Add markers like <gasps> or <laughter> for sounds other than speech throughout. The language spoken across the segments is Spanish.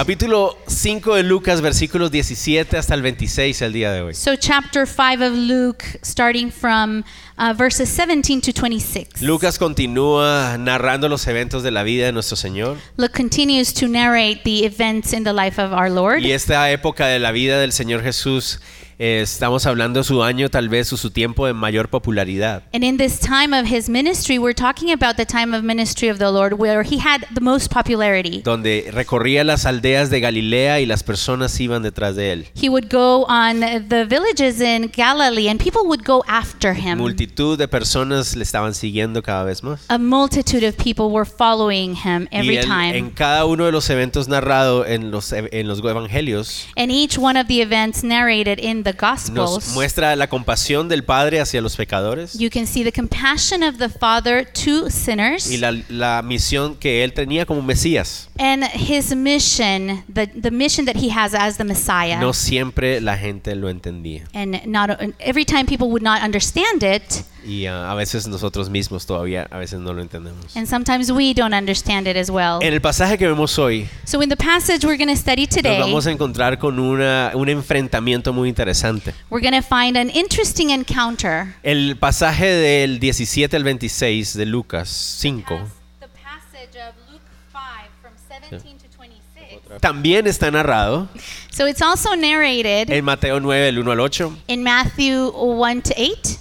Capítulo 5 de Lucas, versículos 17 hasta el 26 el día de hoy. So, chapter 5 of Luke, starting from uh, verses 17 to 26. Lucas continúa narrando los eventos de la vida de nuestro Señor Luke continues to narrate the events in the life of our Lord. y esta época de la vida del Señor Jesús, eh, estamos hablando de su año tal vez o su tiempo de mayor popularidad. And in this time of his ministry, we're talking about the time of ministry of the Lord where he had the most popularity. donde recorría las aldeas de Galilea y las personas iban detrás de él. He would go on the villages in Galilee and people would go after him. Multitud de personas le estaban siguiendo cada vez más. a multitude of people were following him y every él, time. en cada uno de los eventos narrados en los, ev- en los evangelios and each one of the events narrated in the nos Gospels, muestra la compasión del Padre hacia los pecadores you can see the compassion of the Father to sinners y la, la misión que él tenía como Mesías. and his mission, the, the mission that he has as the Messiah. No siempre la gente lo entendía and not and every time people would not understand it, y ah, a veces nosotros mismos todavía a veces no lo entendemos. and sometimes we don't understand it as well. En el pasaje que vemos hoy so in the passage we're going to study nos today, vamos a encontrar con una, un enfrentamiento muy interesante. we're going to find an interesting encounter. El pasaje del 17 al 26 de Lucas 5 The passage of Luke 5 from 17 to 26. también está narrado So it's also narrated en Mateo 9 del 1 al 8 in Matthew 1 to 8.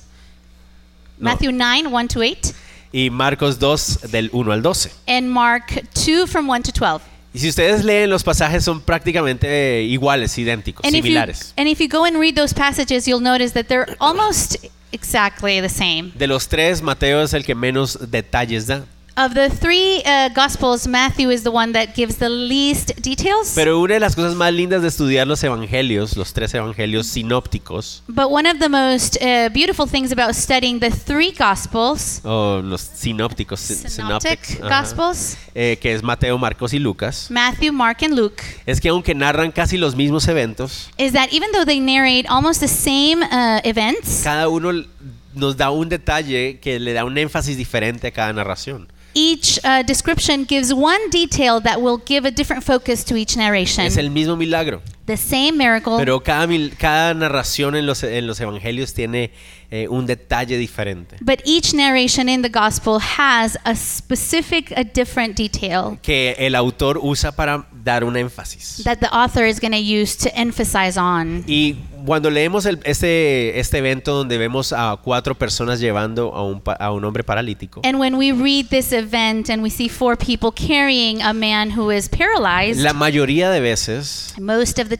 No. Matthew 9, 1 to 8. y Marcos 2 del 1 al 12. And Mark 2 from 1 to 12. Y si ustedes leen los pasajes son prácticamente iguales, idénticos, And if, you, similares. and if you go and read those passages, you'll notice that they're almost exactly the same. De los tres, Mateo es el que menos detalles da. Of the three uh, Gospels, Matthew is the one that gives the least details. Pero una de las cosas más lindas de estudiar los evangelios, los tres evangelios sinópticos, but one of the most uh, beautiful things about studying the three Gospels, o los sinópticos, sin- synoptic synoptics, uh-huh. ajá, Gospels, eh, que es Mateo, Marcos y Lucas, Matthew, Mark, and Luke, es que aunque narran casi los mismos eventos, is that even though they narrate almost the same uh, events, cada uno l- nos da un detalle que le da un énfasis diferente a cada narración. each uh, description gives one detail that will give a different focus to each narration. Es el mismo milagro, the same miracle, pero cada, mil- cada narración en los, en los evangelios tiene eh, un detalle diferente, but each narration in the Gospel has a specific, a different detail que el autor usa para dar un énfasis. that the author is going to use to emphasize on. Y cuando leemos el- este, este evento donde vemos a cuatro personas llevando a un, pa- a un hombre paralítico, And when we read this event and we see four people carrying a man who is paralyzed, la mayoría de veces most of the el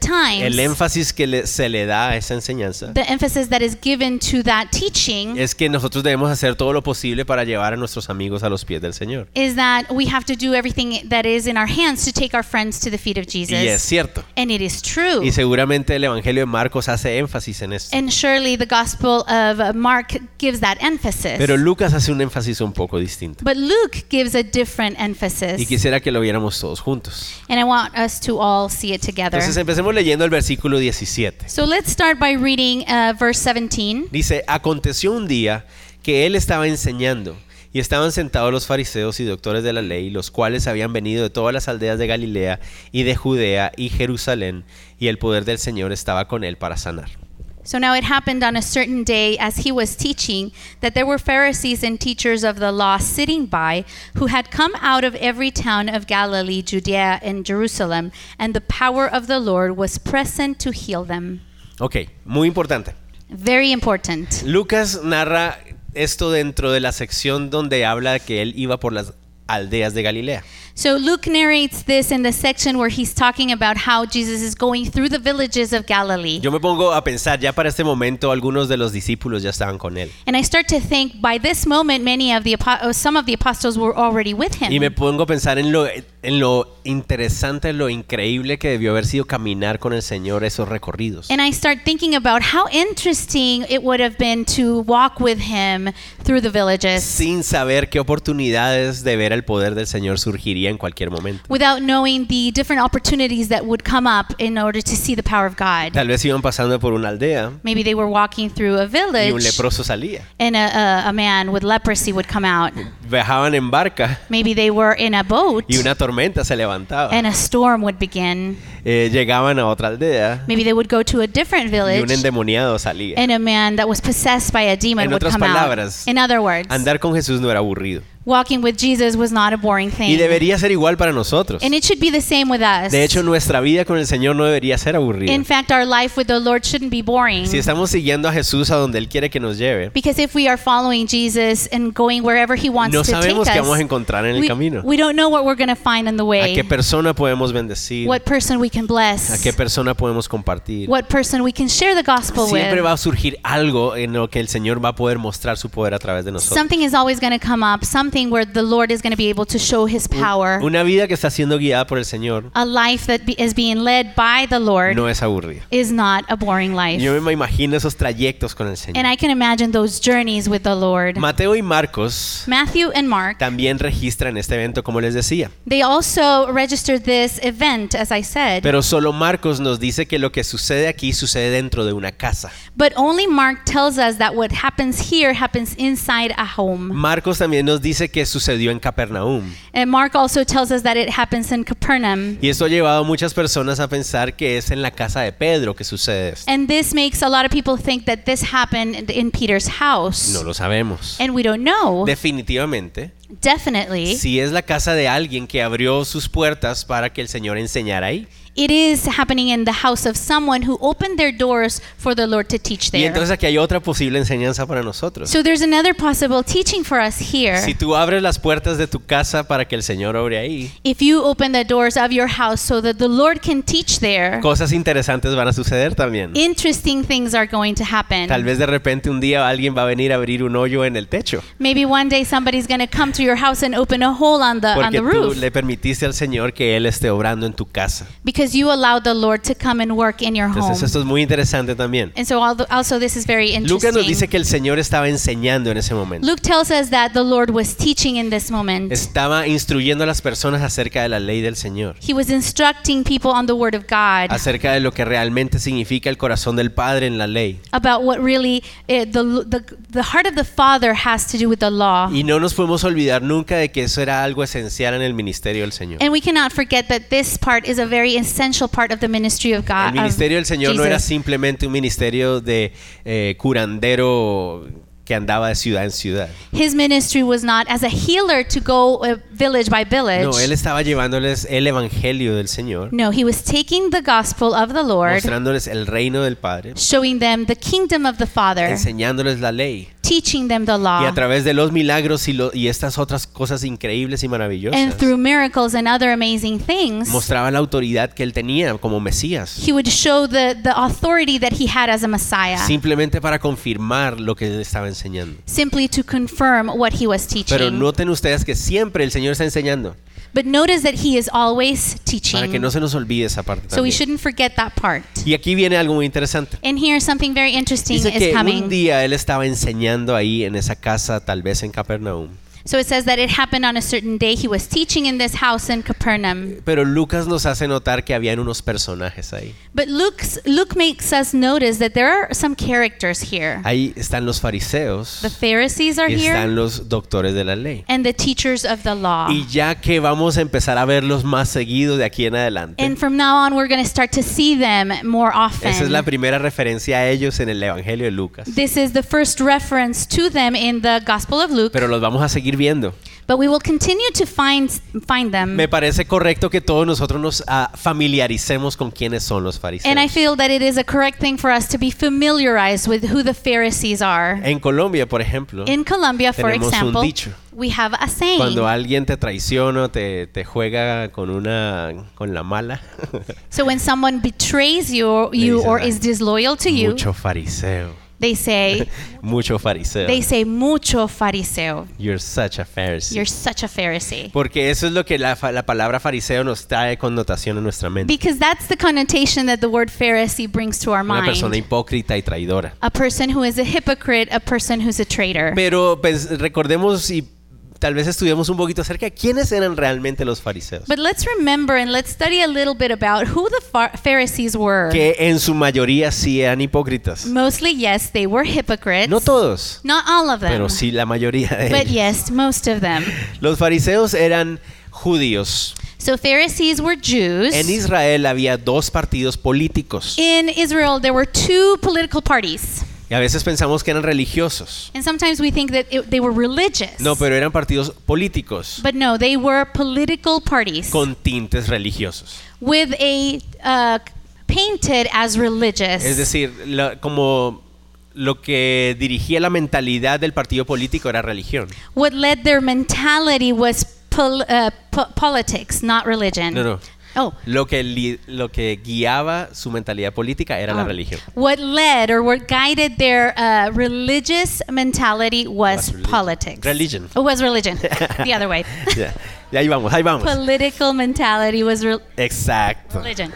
times, énfasis que le- se le da a esa enseñanza the emphasis that is given to that teaching es que nosotros debemos hacer todo lo posible para llevar a nuestros amigos a los pies del Señor. is that we have to do everything that is in our hands to take our friends to the feet of Y Jesus. es cierto. And it is true. Y seguramente el Evangelio de Marcos hace énfasis en esto. and surely the Gospel of uh, Mark gives that emphasis. Pero Lucas hace un énfasis un poco distinto. but Luke gives a different emphasis. Y quisiera que lo viéramos todos juntos. and I want us to all see it together. Entonces empecemos leyendo el versículo 17. so let's start by reading uh, verse 17. Dice, aconteció un día que él estaba enseñando y estaban sentados los fariseos y doctores de la ley, los cuales habían venido de todas las aldeas de Galilea y de Judea y Jerusalén, y el poder del Señor estaba con él para sanar. So now it happened on a certain day, as he was teaching, that there were Pharisees and teachers of the law sitting by, who had come out of every town of Galilee, Judea, and Jerusalem, and the power of the Lord was present to heal them. Ok, muy importante. Very important. Lucas narra esto dentro de la sección donde habla de que él iba por las aldeas de Galilea. So Luke narrates this in the section where he's talking about how Jesus is going through the villages of Galilee. Yo me pongo a pensar, ya para este momento algunos de los discípulos ya estaban con él. And I start to think by this moment many of the apo- oh, some of the apostles were already with him. Y me pongo a pensar en lo, en lo interesante, en lo increíble que debió haber sido caminar con el Señor esos recorridos. And I start thinking about how interesting it would have been to walk with him through the villages Sin saber qué oportunidades de ver el poder del Señor surgiría en cualquier momento. without knowing the different opportunities that would come up in order to see the power of God. Tal vez iban pasando por una aldea Maybe they were walking through a y un village leproso salía. and a, a, a man with leprosy would come out. viajaban en barca Maybe they were in a boat y una tormenta se levantaba. and a storm would begin. Eh, llegaban a otra aldea Maybe they would go to a different y un village endemoniado salía. and a man that was possessed by a demon En would otras come palabras, out. In other words, Andar con Jesús no era aburrido. walking with Jesus was not a boring Y thing. debería ser igual para nosotros. and it should be the same with us. De hecho, nuestra vida con el Señor no debería ser aburrida. In fact, our life with the Lord shouldn't be boring. Si estamos siguiendo a Jesús a donde Él quiere que nos lleve, Because if we are following Jesus and going wherever he wants no to take sabemos us, qué vamos a encontrar en el we, camino. we don't know what we're going to find on the A qué way, persona podemos bendecir, what person we can a bless, qué persona podemos compartir. what person we can share the gospel Siempre with. va a surgir algo en lo que el Señor va a poder mostrar su poder a través de nosotros. Something is always going to come up, something where the Lord is going to be able to show his power. Una vida que está siendo guiada por el Señor A life that be, is being led by the Lord no es aburrida. is not a boring life. Yo me imagino esos trayectos con el And Señor. I can imagine those journeys with the Lord. Mateo y Marcos Matthew and Mark, también registran este evento, como les decía. they also registered this event, as I said. Pero solo Marcos nos dice que lo que sucede aquí sucede dentro de una casa. But only Mark tells us that what happens here happens inside a home. Marcos también nos dice que sucedió en Capernaum. And Mark also tells us that it happens in Capernaum. Y esto ha llevado a muchas personas a pensar que es en la casa de Pedro que sucede esto. And this makes a lot of people think that this happened in Peter's house. No lo sabemos. And we don't know. Definitivamente, Definitely. si es la casa de alguien que abrió sus puertas para que el Señor enseñara ahí. It is happening in the house of someone who opened their doors for the Lord to teach Y there. entonces aquí hay otra posible enseñanza para nosotros. so there's another possible teaching for us here. Si tú abres las puertas de tu casa para que el Señor obre ahí, if you open the doors of your house so that the Lord can teach there, cosas interesantes van a suceder también. interesting things are going to happen. Tal vez de repente un día alguien va a venir a abrir un hoyo en el techo. Maybe one day somebody's going to come to your house and open a hole Uh, on the on Porque the tú roof le permitiste al Señor que Él esté obrando en tu casa. because you allowed the Lord to come and work in your home. Entonces esto es muy interesante también. and so altho- also this is very interesting. Lucas nos dice que el Señor estaba enseñando en ese momento. Luke tells us that the Lord was teaching in this moment. Estaba instruyendo a las personas acerca de la ley del Señor, he was instructing people on the word of God acerca de lo que realmente significa el corazón del Padre en la ley. about what really uh, the, the the heart of the Father has to do with the law. Y no nos podemos olvidar nunca de que eso era algo esencial en el ministerio del Señor. and we cannot forget that this part is a very essential part of the ministry of God. El ministerio del of Señor no era ah, Jesus. simplemente un ministerio de eh, curandero que andaba de ciudad en ciudad. His ministry was not as a healer to go uh, village by village. No, él estaba llevándoles el evangelio del Señor, No, he was taking the gospel of the Lord, mostrándoles el reino del Padre, showing them the kingdom of the Father, enseñándoles la ley. teaching them the Y law. a través de los milagros y, lo- y estas otras cosas increíbles y And maravillosas, through miracles and other amazing things, mostraba la autoridad que él tenía como Mesías, he would show the, the authority that he had as a Messiah, simplemente para confirmar lo que él estaba enseñando. simply to confirm what he was Pero teaching. noten ustedes que siempre el Señor está enseñando, But notice that he is always para que teaching. no se nos olvide esa parte So we también. shouldn't forget that part. Y aquí viene algo muy interesante. And here something very interesting Dice is que un coming. día él estaba enseñando ahí en esa casa, tal vez en Capernaum. So it says that it happened on a certain day. He was teaching in this house in Capernaum. Pero Lucas nos hace notar que habían unos personajes ahí. But Luke's, Luke makes us notice that there are some characters here. Ahí están los fariseos, The Pharisees are y here están los doctores de la ley. and the teachers of the law. Y ya que vamos a empezar a verlos más seguido de aquí en adelante. And from now on, we're going to start to see them more Esa es la often. primera referencia a ellos en el Evangelio de Lucas. This is the first reference to them in the Gospel of Luke, Pero los vamos a seguir viendo. but we will continue to find find them. Me parece correcto que todos nosotros nos ah, familiaricemos con quiénes son los And I fariseos. feel that it is a correct thing for us to be familiarized with who the Pharisees are. En Colombia, por ejemplo, In Colombia, for Tenemos un example, dicho. we have a saying. cuando alguien te traiciona, o te, te juega con una con la mala, So when someone betrays you, you dicen, or "Ay, is disloyal to you, "Ah, mucho fariseo, <laughs> they say, mucho fariseo. they say mucho fariseo. You're such a Pharisee. You're such a Pharisee. Porque eso es lo que la, fa- la palabra fariseo nos trae connotación en nuestra mente. Because that's the connotation that the word Pharisee brings to our Una mind. persona hipócrita y traidora. a person who is a hypocrite, a person who's a traitor. Pero pues, recordemos y tal vez estudiemos un poquito acerca de quiénes eran realmente los fariseos. But let's remember and let's study a little bit about who the Phar- Pharisees were. Que en su mayoría sí eran hipócritas. Mostly, yes, they were hypocrites. No todos, Not all of them. pero sí la mayoría de But ellos. yes, most of them. Los fariseos eran judíos. So Pharisees were Jews. En Israel había dos partidos políticos. In Israel, there were two political parties. Y a veces pensamos que eran religiosos. And sometimes we think that it, they were religious. No, pero eran partidos políticos But no, they were political parties con tintes religiosos. with a uh, painted as religious. Es decir, la- como lo que dirigía la mentalidad del partido político era religión. what led their mentality was pol- uh, po- politics, not religion. No, no. Oh. Lo que, li- lo que guiaba su mentalidad política era la Oh. religión. What led or what guided their uh, religious mentality was, Was religion. politics. Religion. It was <laughs> religion. <laughs> the other way. ya, ya ahí vamos, ahí vamos. Political mentality was re- Exacto. religion.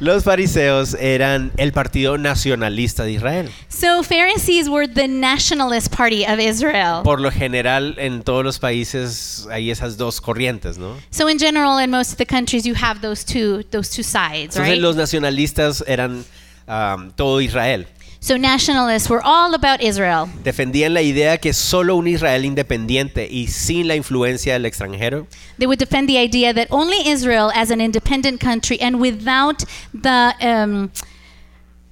Los fariseos eran el partido nacionalista de Israel. So Pharisees were the nationalist party of Israel. Por lo general, en todos los países hay esas dos corrientes, ¿no? so in general, in most of the countries, you have those two those two sides, Entonces right? los nacionalistas eran am, todo Israel. so nationalists were all about Israel. Defendían la idea que solo un Israel independiente y sin la influencia del extranjero They would defend the idea that only Israel, as an independent country, and without the um,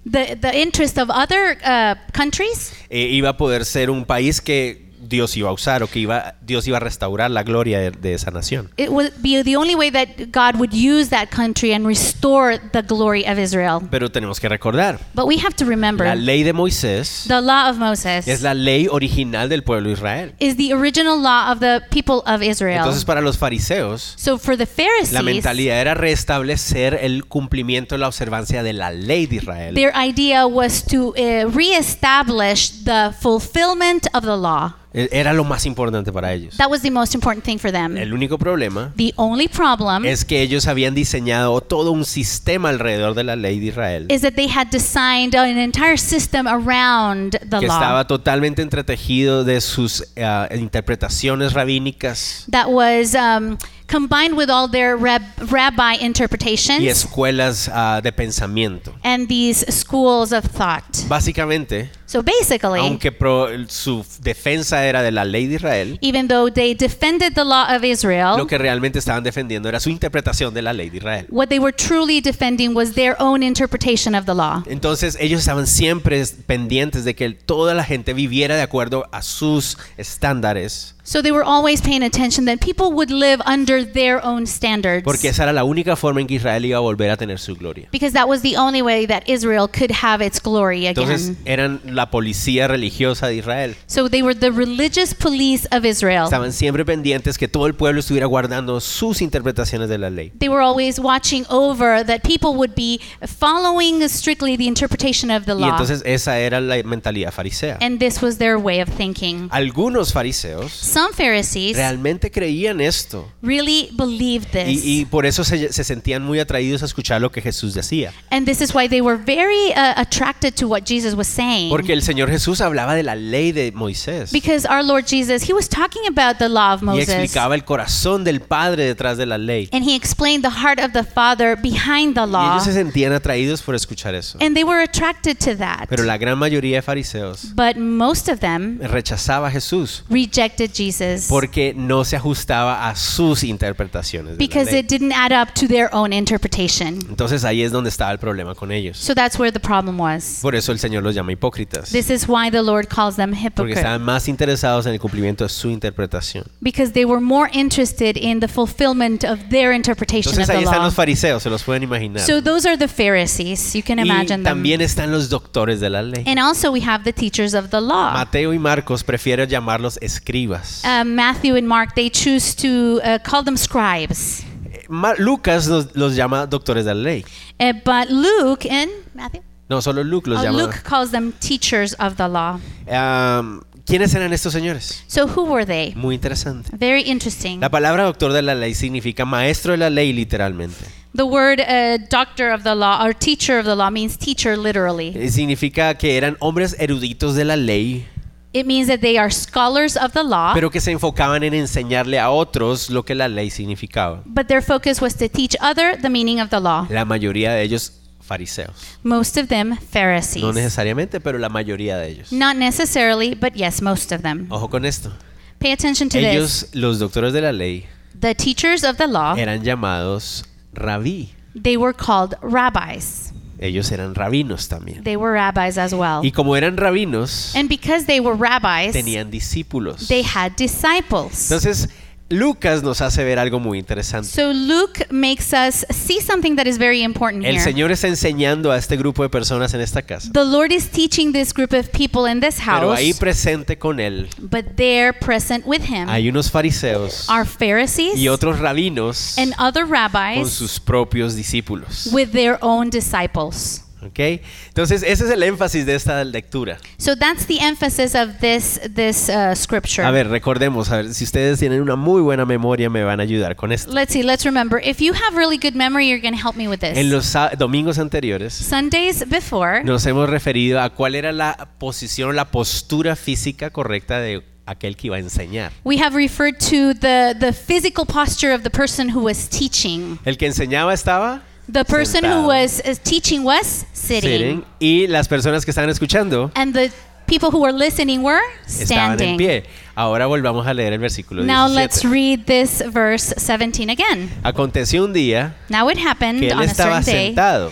the the interest of other uh, countries, eh, iba a poder ser un país que Dios iba a usar o que iba, Dios iba a restaurar la gloria de, de esa nación. it would be the only way that God would use that country and restore the glory of Israel. Pero tenemos que recordar, But we have to remember la ley de Moisés the law of Moses es la ley original del pueblo de Israel. is the original law of the people of Israel. Entonces para los fariseos, so for the la Pharisees, mentalidad era restablecer el cumplimiento, la observancia de la ley de Israel. their idea was to uh, reestablish the fulfillment of the law. E- Era lo más importante para ellos. That was the most important thing for them. El único problema The only problem is, es que ellos habían diseñado todo un sistema alrededor de la ley de Israel that they had designed an entire system around the que law estaba totalmente entretejido de sus ah, interpretaciones rabínicas that was um, combined with all their rab- rabbi interpretations y escuelas ah, de pensamiento. and these schools of thought. Básicamente, So basically, aunque pro- su defensa era de la ley de Israel, even though they defended the law of Israel, lo que realmente estaban defendiendo era su interpretación de la ley de Israel. what they were truly defending was their own interpretation of the law. Entonces ellos estaban siempre pendientes de que toda la gente viviera de acuerdo a sus estándares, So they were always paying attention that people would live under their own standards. porque esa era la única forma en que Israel iba a volver a tener su gloria. because that was the only way that Israel could have its glory again. Entonces eran la policía religiosa de Israel. so they were the religious police of Israel. Estaban siempre pendientes que todo el pueblo estuviera guardando sus interpretaciones de la ley. They were always watching over that people would be following strictly the interpretation of the Y law. entonces esa era la mentalidad farisea. and this was their way of Ah, thinking. Algunos fariseos Some Pharisees realmente creían esto really believed this. y, y por eso se, se sentían muy atraídos a escuchar lo que Jesús decía. and this is why they were very uh, attracted to what Jesus was saying. Porque el Señor Jesús hablaba de la ley de Moisés. because our Lord Jesus, he was talking about the law of y Moses. explicaba el corazón del padre detrás de la ley. And he explained the heart of the Father behind the Y law. ellos se sentían atraídos por escuchar eso. And they were attracted to that. Pero la gran mayoría de fariseos But most of them rechazaba a Jesús rejected Jesus porque no se ajustaba a sus interpretaciones. de la because ley. it didn't add up to their own interpretation. Entonces ahí es donde estaba el problema con ellos. So that's where the problem was. Por eso el Señor los llama hipócritas. This is why the Lord calls them Porque hypocrites estaban más interesados en el cumplimiento de su interpretación. because they were more interested in the fulfillment of their interpretation of Entonces the ahí están law. los fariseos, se los pueden imaginar. So those are the Pharisees. You can Y imagine them. también están los doctores de la ley. And also we have the teachers of the law. Mateo y Marcos prefieren llamarlos escribas. Uh, Matthew and Mark, they choose to uh, call them scribes. Eh, Ma- Lucas los, los llama doctores de la ley. Uh, but Luke and Matthew, No, solo Luke los Oh, llama. Luke calls them teachers of the law. Am, ¿Quiénes eran estos señores? So who were they? Muy interesante. Very interesting. La palabra doctor de la ley significa maestro de la ley literalmente. The word uh, doctor of the law or teacher of the law means teacher literally. Eh, Significa que eran hombres eruditos de la ley It means that they are scholars of the law, pero que se enfocaban en enseñarle a otros lo que la ley significaba. but their focus was to teach other the meaning of the law. La mayoría de ellos fariseos. Most of them No Pharisees. necesariamente, pero la mayoría de ellos. Not necessarily, but yes, most of them. Ojo con esto. Pay attention to this. Oh. Ellos, los doctores de la ley, The teachers of the law, eran llamados rabí. they were called rabbis. Ellos eran rabinos también. They were rabbis as well. Y como eran rabinos, And because they were rabbis, tenían discípulos. they had disciples. Entonces, Lucas nos hace ver algo muy interesante. So Luke makes us see something that is very important El here. Señor está enseñando a este grupo de personas en esta casa, The Lord is teaching this group of people in this pero ahí house, presente con él but they're present with him hay unos fariseos are Pharisees y otros rabinos and other con rabbis sus propios discípulos. with their own disciples. ¿Ok? Entonces, ese es el énfasis de esta lectura. So that's the emphasis of this this uh, scripture. A ver, recordemos, a ver, si ustedes tienen una muy buena memoria, me van a ayudar con esto. Let's see. Let's remember. If you have really good memory, you're going to help me with this. En los sa- domingos anteriores Sundays before, nos hemos referido a cuál era la posición, la postura física correcta de aquel que iba a enseñar. we have referred to the the physical posture of the person who was teaching. El que enseñaba estaba The person Sentado. who was uh, teaching was sitting, sitting, y las personas que estaban escuchando and the people who were listening were estaban en standing. pie. Ahora volvamos a leer el versículo Now let's 17. read this verse 17 again. Aconteció un día Now it happened que él on a estaba certain day sentado.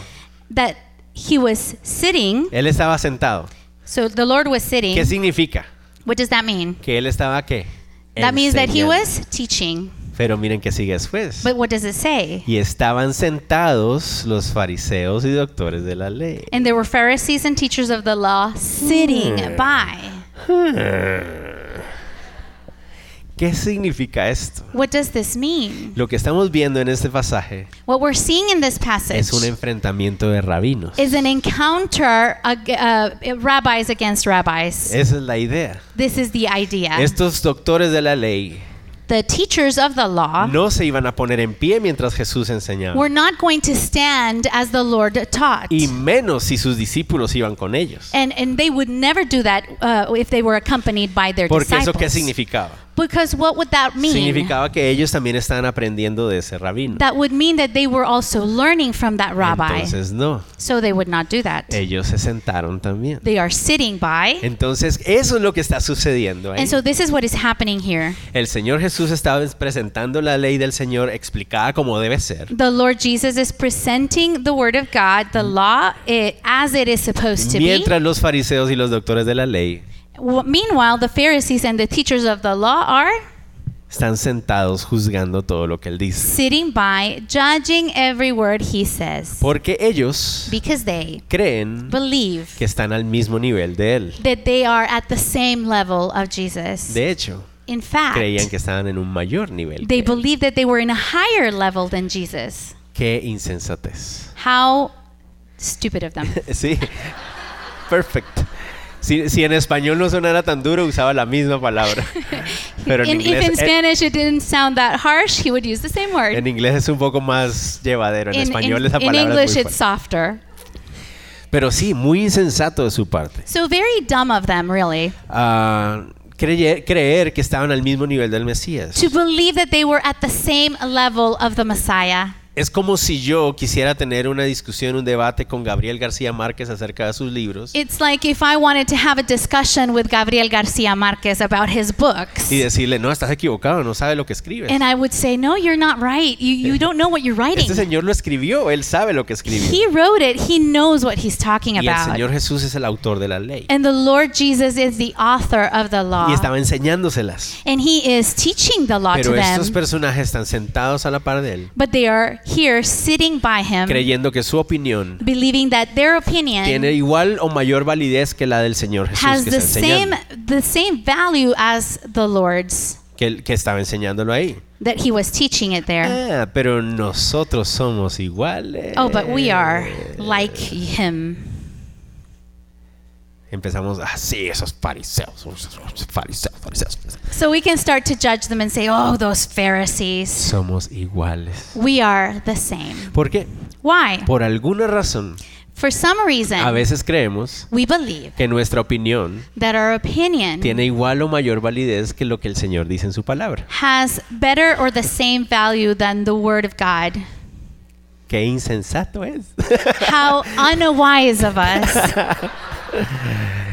that he was sitting. Él estaba sentado. So the Lord was sitting. ¿Qué significa? What does that mean? Que él estaba qué? That means that he Enseñando. was teaching. Pero miren qué sigue después. But what does it say? Y estaban sentados los fariseos y doctores de la ley. And there were Pharisees and teachers of the law sitting Hmm. by. ¿Qué significa esto? What does this mean? Lo que estamos viendo en este pasaje What we're seeing in this passage es un enfrentamiento de rabinos. is an encounter ag- uh, rabbis against rabbis. Esa es la idea. This is the idea. Estos doctores de la ley the teachers of the law no se iban a poner en pie mientras Jesús enseñaba. Ah. were not going to stand as the Lord taught. Y menos si sus discípulos iban con ellos. and, and they would never do that uh, if they were accompanied by their Porque eso qué disciples. significaba? because what would that mean? Significaba que ellos también estaban aprendiendo de ese rabino. That would mean that they were also learning from that rabbi. Entonces no, so they would not do that. ellos se sentaron también. They are sitting by. Entonces eso es lo que está sucediendo ahí. And so this is what is happening here. El Señor Jesús estaba presentando la ley del Señor explicada como debe ser. The Lord Jesus is presenting the word of God, the law, eh, as it is supposed to be. Mm. Mientras los fariseos y los doctores de la ley W- Meanwhile, the Pharisees and the teachers of the law are están sentados juzgando todo lo que él dice. sitting by, judging every word he says, Porque ellos because they creen believe Mm. que están al mismo nivel de él. that they are at the same level of Jesus. De hecho, In fact, creían que estaban en un mayor nivel. they Que, él. believed that they were in a higher level than Jesus. Qué insensatez. <laughs> How stupid of them. Sí. Perfect. Si, si en español no sonara tan duro, usaba la misma palabra. <laughs> Pero en In- if in inglés, en, Spanish it didn't sound that harsh, he would use the same word. en inglés es un poco más llevadero. En in, español in- esa in palabra English, es muy it's fuerte. softer. Pero sí, muy insensato de su parte. So very dumb of them, really, Ah, creye- creer que estaban al mismo nivel del Mesías. to believe that they were at the same level of the Messiah. Es como si yo quisiera tener una discusión, un debate con Gabriel García Márquez acerca de sus libros It's like if I wanted to have a discussion with Gabriel Garcia Marquez about his books, y decirle, no, estás equivocado, no sabe lo que escribes. and I would say, "No, you're not right. You you don't know what you're Eh, Este writing. señor lo escribió, él sabe lo que escribió. He wrote it. He knows what he's talking Y el about." Señor Jesús es el autor de la ley. And the Lord Jesus is the author of the y law, estaba enseñándoselas. and He is teaching the law to Pero estos them. personajes están sentados a la par de él, But they are here sitting by him, creyendo que su opinión believing that their opinion tiene igual o mayor validez que la del Señor Jesús has que the está same enseñando, the same value as the Lord's que, él- que estaba enseñándolo ahí. that he was teaching it there. Ah, pero nosotros somos iguales. Oh, but we are like him. Empezamos así, esos fariseos, esos fariseos, fariseos. fariseos. So we can start to judge them and say, "Oh, those Pharisees. Somos iguales. We are the same." ¿Por qué? Why? Por alguna razón, For some A reason, veces creemos we believe que nuestra opinión that our opinion tiene igual o mayor validez que lo que el Señor dice en su palabra. has better or the same value than the Word of God. Qué insensato es. <laughs> How unwise of us.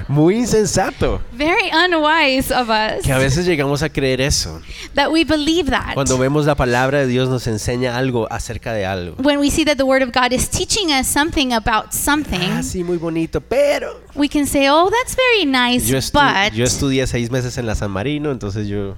Muy insensato. Very unwise of us Que a veces llegamos a creer eso. that we believe that. Cuando vemos la palabra de Dios nos enseña algo acerca de algo. When we see that the Word of God is teaching us something about something, Ah, sí, muy bonito, pero... we can say, oh, that's very nice, Yo, estu- but yo estudié seis meses en la San Marino, entonces yo,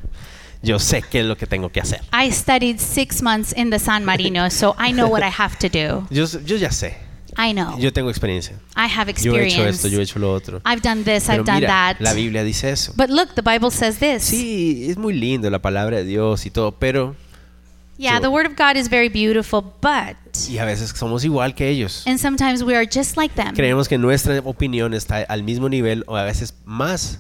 yo sé qué es lo que tengo que hacer. I studied six months in the San Marino, so I know what I have to do. Yo, s- yo ya sé, I know. yo tengo experiencia. I Yo he have experience. hecho esto, yo he hecho lo otro. I've done this, Pero I've done mira, that. la Biblia dice eso. But look, the Bible says this. Sí, es muy lindo la palabra de Dios y todo, pero... yeah, so- the Word of God is very beautiful, but. Y a veces somos igual que ellos. And sometimes we are just like them. Creemos que nuestra opinión está al mismo nivel o a veces más,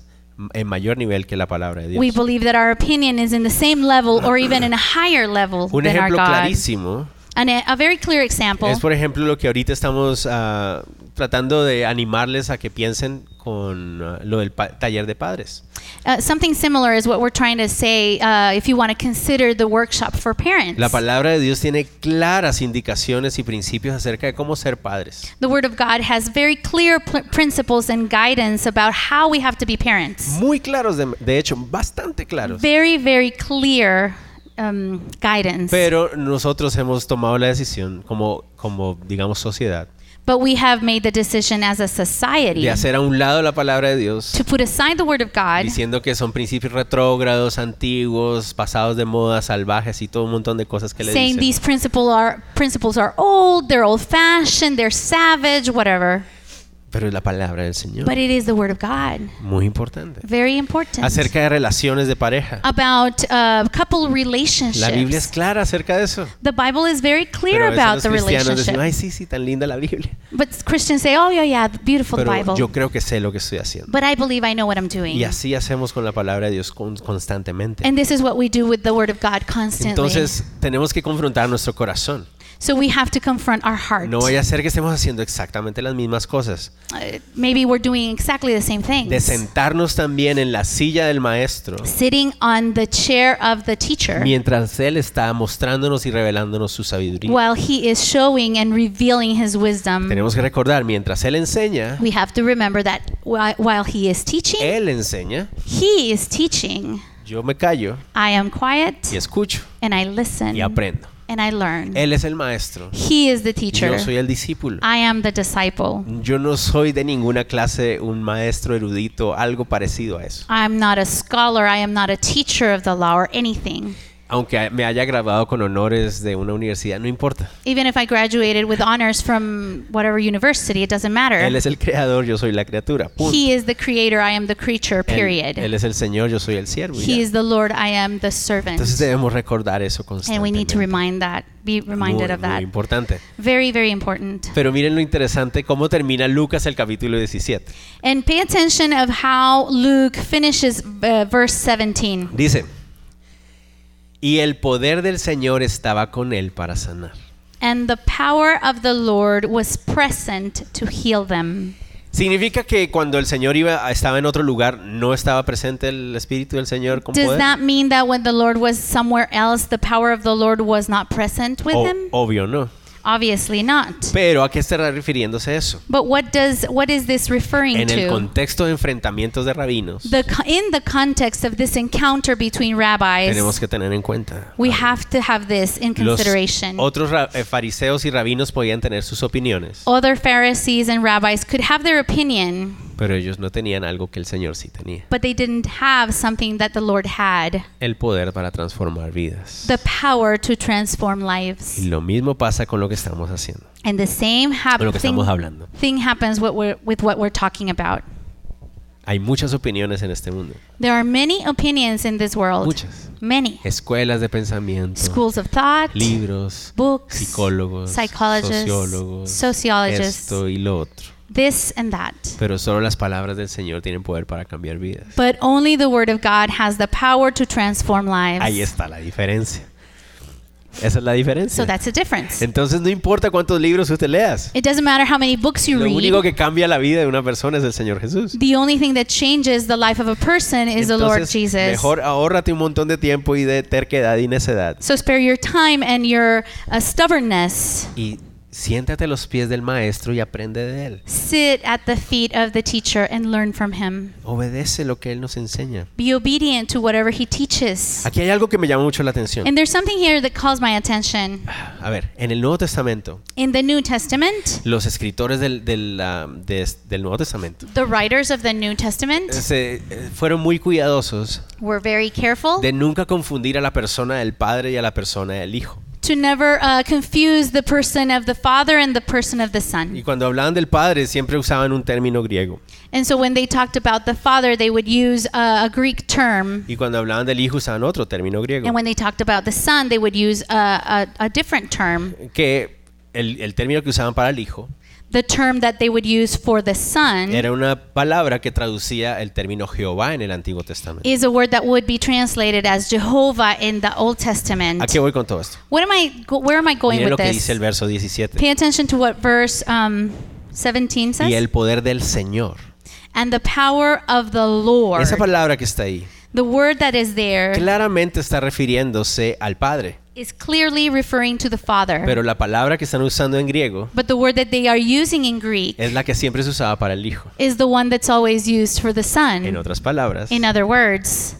en mayor nivel que la palabra de We Dios. believe that our opinion is in the same level or even in a higher level Un than our ejemplo God. clarísimo And a, a very clear example Es por ejemplo lo que ahorita estamos ah, tratando de animarles a que piensen con ah, lo del pa- taller de padres. Uh, something similar is what we're trying to say uh, if you want to consider the workshop for parents. La palabra de Dios tiene claras indicaciones y principios acerca de cómo ser padres. the Word of God has very clear pl- principles and guidance about how we have to be parents. Muy claros, de, de hecho, bastante claros. Very, very clear um, guidance. Pero nosotros hemos tomado la decisión como, como digamos, sociedad but we have made the decision as a society de hacer a un lado la palabra de Dios to put aside the Word of God diciendo que son principios retrógrados, antiguos, pasados de moda, salvajes y todo un montón de cosas que le saying dicen. these principle are, principles are old, they're old fashioned, they're savage, whatever. Pero es la palabra del Señor. But it is the Word of God. Muy importante. Very important. acerca de relaciones de pareja. Oh, about uh, couple relationships. La Biblia es clara acerca de eso. The Bible is very Pero clear a veces about los the cristianos relationship. decimos, ay, sí, sí, tan linda la Biblia. but Christians say, oh, yeah, yeah, the beautiful Pero Bible. yo creo que sé lo que estoy haciendo. but I believe I know what I'm doing. Y así hacemos con la palabra de Dios con- constantemente. And this is what we do with the Word of God constantly. Entonces, tenemos que confrontar nuestro corazón. so we have to confront our heart. No vaya a ser que estemos haciendo exactamente las mismas cosas. Uh, maybe we're doing exactly the same thing. De sentarnos también en la silla del maestro Sitting on the chair of the teacher mientras él está mostrándonos y revelándonos su sabiduría. while he is showing and revealing his wisdom. Tenemos que recordar, mientras él enseña, We have to remember that whi- while he is teaching, él enseña, he is teaching. yo me callo I am quiet y escucho and I listen. y aprendo. and I learn. Él es el maestro. he is the teacher. Ah. Yo soy el discípulo. I am the disciple. Yo no soy de ninguna clase un maestro erudito, algo parecido a eso. I'm not a scholar. I am not a teacher of the law or anything. Aunque me haya graduado con honores de una universidad, no importa. Even if I graduated with honors from whatever university, it doesn't Él matter. es el creador, yo soy la criatura. punto. He is the creator. I am the creature, Él- period. Él, es el Señor, yo soy el siervo. y he ya. is the Lord. I am the servant. Entonces debemos recordar eso And we need to constantemente. remind that, be reminded Muy, of muy that. importante. Very, very important. Pero miren lo interesante, cómo termina Lucas el capítulo 17. And pay attention of how Luke finishes uh, verse 17. Dice, y el poder del Señor estaba con él para sanar. And the power of the Lord was present to heal them. ¿Significa que cuando el Señor iba, estaba en otro lugar, no estaba presente el Espíritu del Señor con Does poder? that mean that when the Lord was somewhere else, the power of the Lord was not present with O- him? obvio no. Obviously not. Pero ¿a qué estará refiriéndose eso? But what does what is this referring En el to? contexto de enfrentamientos de rabinos, The co- in the context of this encounter between tenemos rabbis, que tener en cuenta. we have to have this in Los consideration. otros ra- eh, fariseos y rabinos podían tener sus opiniones, Other Pharisees and rabbis could have their opinion, pero ellos no tenían algo que el Señor sí tenía. but they didn't have something that the Lord had, El poder para transformar vidas. the power to transform lives. Y lo mismo pasa con lo que estamos haciendo. And the same hap- De lo que thing, estamos hablando. thing happens what we're, with what we're talking about. Hay muchas opiniones en este mundo. There are many opinions in this world. Muchas. Many. Escuelas de pensamiento. Schools of thought, libros, books, psicólogos, psychologists, sociólogos, sociologists. esto y lo otro. this and that. Pero solo las palabras del Señor tienen poder para cambiar vidas. But only the Word of God has the power to transform lives. Ahí está la diferencia. Esa es la So diferencia. that's the difference. Entonces no importa cuántos libros usted leas. It doesn't matter how many books you Lo único read. que cambia la vida de una persona es el Señor Jesús. The only thing that changes the life of a person is the Lord Entonces, Jesus. mejor ahórrate un montón de tiempo y de terquedad y necedad. So spare your time and your uh, stubbornness. Y siéntate a los pies del maestro y aprende de él. Sit at the feet of the teacher and learn from him. Obedece lo que él nos enseña. Be obedient to whatever he teaches. Aquí hay algo que me llama mucho la atención. And there's something here that calls my attention. A ver, en el Nuevo Testamento, In the New Testament, los escritores del, del, ah, des- del Nuevo Testamento the writers of the New eh, Testament se, eh, fueron muy cuidadosos were very careful de nunca confundir a la persona del Padre y a la persona del Hijo. to never uh, confuse the person of the Father and the person of the Y Son. cuando hablaban del Padre siempre usaban un término griego. And so when they talked about the Father, they would use uh, a Greek term. Y cuando hablaban del Hijo usaban otro término griego. And when they talked about the Son, they would use a, a, a different term. Que el, el término que usaban para el Hijo The term that they would use for the Son era una palabra que traducía el término Jehová en el Antiguo Testamento. is a word that would be translated as Jehovah in the Old Testament. ¿A qué voy con todo esto? What am I? go- Where am I going Miren lo with que dice this? el verso 17. Pay attention to what verse um, 17 says. y el poder del Señor. and the power of the Lord. Esa palabra que está ahí the word that is there is claramente está refiriéndose al Padre, clearly referring to the Father. pero la palabra que están usando en griego but the word that they are using in Greek es la que siempre se usaba para el Hijo. is the one that's always used for the Son. En otras palabras, in other words,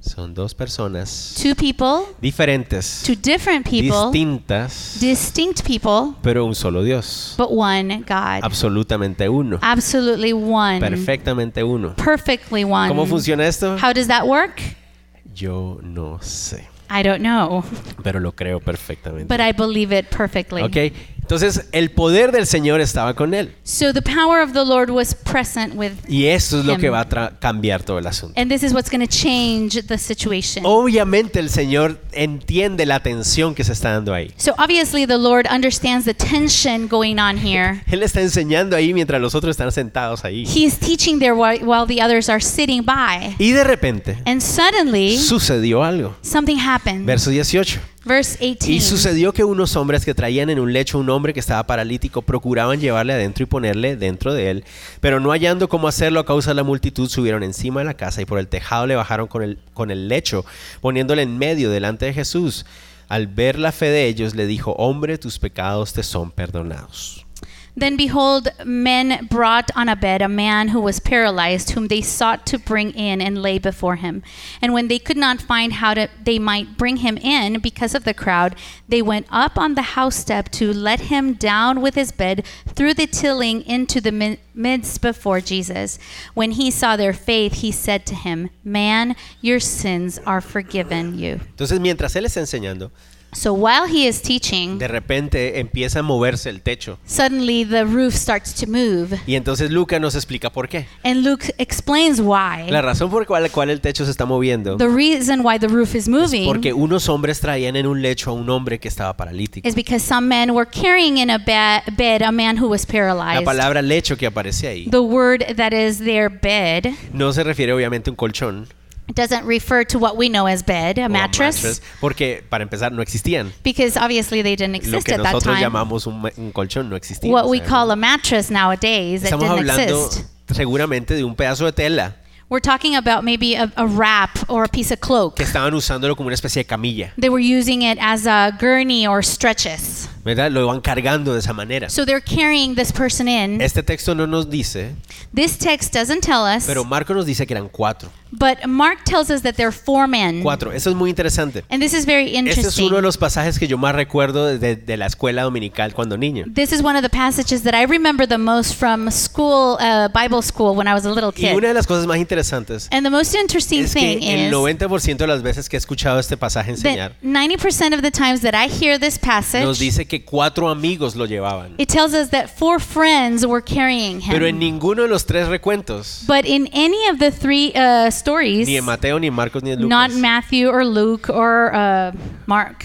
son dos personas two people, diferentes, two different people, distintas, distinct people, pero un solo Dios. but one God. Absolutamente uno, Absolutely one. perfectamente uno. Perfectly one. ¿Cómo funciona esto? How does that work? Yo no sé, I don't know, pero lo creo perfectamente. but I believe it perfectly. Ok, entonces el poder del Señor estaba con él. So the power of the Lord was present with, Y eso es lo Him. que va a tra- cambiar todo el asunto. and this is what's going to change the situation. Oh. Obviamente el Señor entiende la tensión que se está dando ahí. So obviously the Lord understands the tension going on here. Él está enseñando ahí mientras los otros están sentados ahí. He is teaching there while, while the others are sitting by. Y de repente And suddenly sucedió algo. something happened. Verso 18. Verse 18. Y sucedió que unos hombres que traían en un lecho un hombre que estaba paralítico procuraban llevarle adentro y ponerle dentro de él, pero no hallando cómo hacerlo a causa de la multitud, subieron encima de la casa y por el tejado le bajaron con el, con el lecho, poniéndole en medio delante de Jesús. Al ver la fe de ellos, le dijo, hombre, tus pecados te son perdonados. Then behold, men brought on a bed a man who was paralyzed, whom they sought to bring in and lay before him. And when they could not find how to, they might bring him in because of the crowd, they went up on the house step to let him down with his bed through the tilling into the mi- midst before Jesus. When he saw their faith, he said to him, Man, your sins are forgiven you. Entonces, mientras él está enseñando, So while he is teaching, de repente empieza a moverse el techo. suddenly the roof starts to move. Y entonces Lucas nos explica por qué. And Luke explains why. La razón por la cual el techo se está moviendo The reason why the roof is moving Porque unos hombres traían en un lecho a un hombre que estaba paralítico. is because some men were carrying in a ba- bed a man who was La paralyzed. palabra lecho que aparece ahí The word that is their bed no se refiere obviamente a un colchón. doesn't refer to what we know as bed, o a a mattress, mattress, porque para empezar no existían. because obviously they didn't Lo exist que at that nosotros time. llamamos un, ma- un colchón no existía. What o we sea, call a mattress nowadays that estamos didn't hablando exist. seguramente de un pedazo de tela We're talking about maybe a, a wrap or a piece of cloak. que estaban usándolo como una especie de camilla. They were using it as a gurney or stretches. ¿verdad? Lo iban cargando de esa manera. So they're carrying this person in. Este texto no nos dice, This text doesn't tell us. pero Marco nos dice que eran cuatro. But Mark tells us that there are four men. Cuatro. Eso es muy interesante. And this is very Este es uno de Mm. interesting. los pasajes que yo más recuerdo desde de la escuela dominical cuando niño. This is one of the passages that I remember the most from school, uh, Bible school, when I was a little Y una kid. de las cosas más interesantes And the most interesting es que thing el is 90% de las veces que he escuchado este pasaje enseñar, that 90% of the times that I hear this nos passage, dice que cuatro amigos lo llevaban. it tells us that four friends were carrying Pero en him. ninguno de los tres recuentos, But in any of the three uh, stories, ni en Mateo, ni en Marcos, ni en not Lucas, Matthew or Luke or uh, Mark,